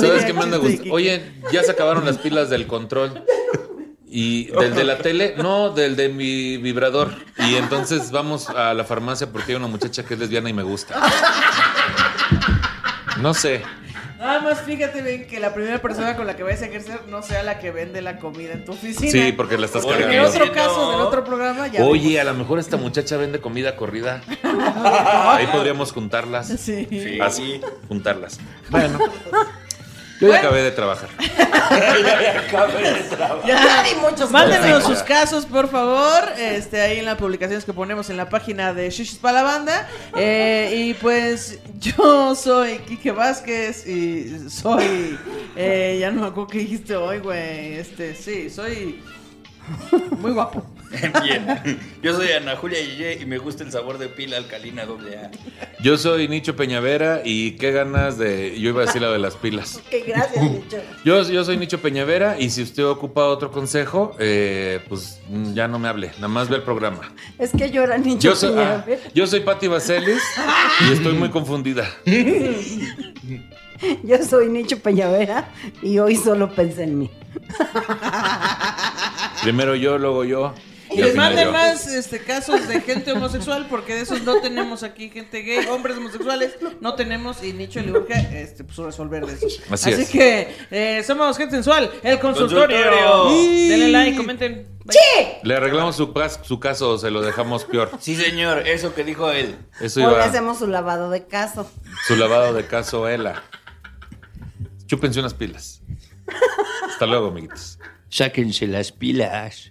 Speaker 3: [LAUGHS] ¿Sabes qué me anda gustando? Oye, ya se acabaron las pilas del control. Y del de la tele, no, del de mi vibrador. Y entonces vamos a la farmacia porque hay una muchacha que es lesbiana y me gusta. No sé.
Speaker 1: Nada más fíjate bien que la primera persona con la que vayas a ejercer no sea la que vende la comida en tu oficina.
Speaker 3: Sí, porque la estás
Speaker 2: Porque
Speaker 1: En el
Speaker 3: cargando.
Speaker 1: otro
Speaker 2: Sí, no.
Speaker 1: caso del otro programa ya.
Speaker 3: Oye, a lo mejor esta muchacha vende comida corrida. Ahí podríamos juntarlas.
Speaker 1: [LAUGHS] Sí.
Speaker 2: Sí.
Speaker 3: Así, juntarlas. Bueno. Yo ya
Speaker 1: Bueno.
Speaker 3: acabé de trabajar.
Speaker 2: Acaba de trabajar.
Speaker 1: Ya.
Speaker 4: Hay muchos
Speaker 1: Mándenos
Speaker 4: consejos.
Speaker 1: sus casos, por favor, este, ahí en las publicaciones que ponemos en la página de Shishis para la banda. Eh, y pues yo soy Quique Vázquez y soy... eh, ya no me acuerdo qué dijiste hoy, güey. Este, sí, soy muy guapo.
Speaker 2: [LAUGHS] Bien. Yo soy Ana Julia Yeye y me gusta el sabor de pila alcalina doble A.
Speaker 3: Yo soy Nicho Peñavera y qué ganas de. Yo iba a decir la de las pilas.
Speaker 4: Ok,
Speaker 3: Uh.
Speaker 4: gracias, Nicho.
Speaker 3: Yo, yo soy Nicho Peñavera y si usted ocupa otro consejo, eh, pues mm, ya no me hable, nada más ve el
Speaker 1: [LAUGHS]
Speaker 3: programa.
Speaker 4: Es que llora Nicho.
Speaker 3: Yo soy,
Speaker 4: Piña.
Speaker 3: ah, yo soy Patti Vaselis y estoy muy confundida. Ah.
Speaker 4: Yo soy Nicho Peñavera y hoy solo pensé en mí.
Speaker 3: Primero yo, luego yo.
Speaker 1: Y
Speaker 3: al
Speaker 1: les
Speaker 3: final
Speaker 1: manden
Speaker 3: yo.
Speaker 1: más este, casos de gente homosexual, porque de esos no tenemos aquí gente gay, hombres homosexuales, no tenemos, y Nicho le urge este, pues, resolver de eso.
Speaker 3: Así es.
Speaker 1: que eh, somos gente sensual, el consultorio.
Speaker 2: Consultorio.
Speaker 1: Y- Denle like, comenten. Bye.
Speaker 3: Le arreglamos su, cas- su caso, se lo dejamos peor.
Speaker 2: Sí, señor, eso que dijo él.
Speaker 3: Eso
Speaker 4: Hoy
Speaker 3: iba
Speaker 4: hacemos su lavado de caso.
Speaker 3: su lavado de caso, Ela. Chúpense unas pilas. Hasta luego, amiguitos.
Speaker 2: Sáquense las pilas.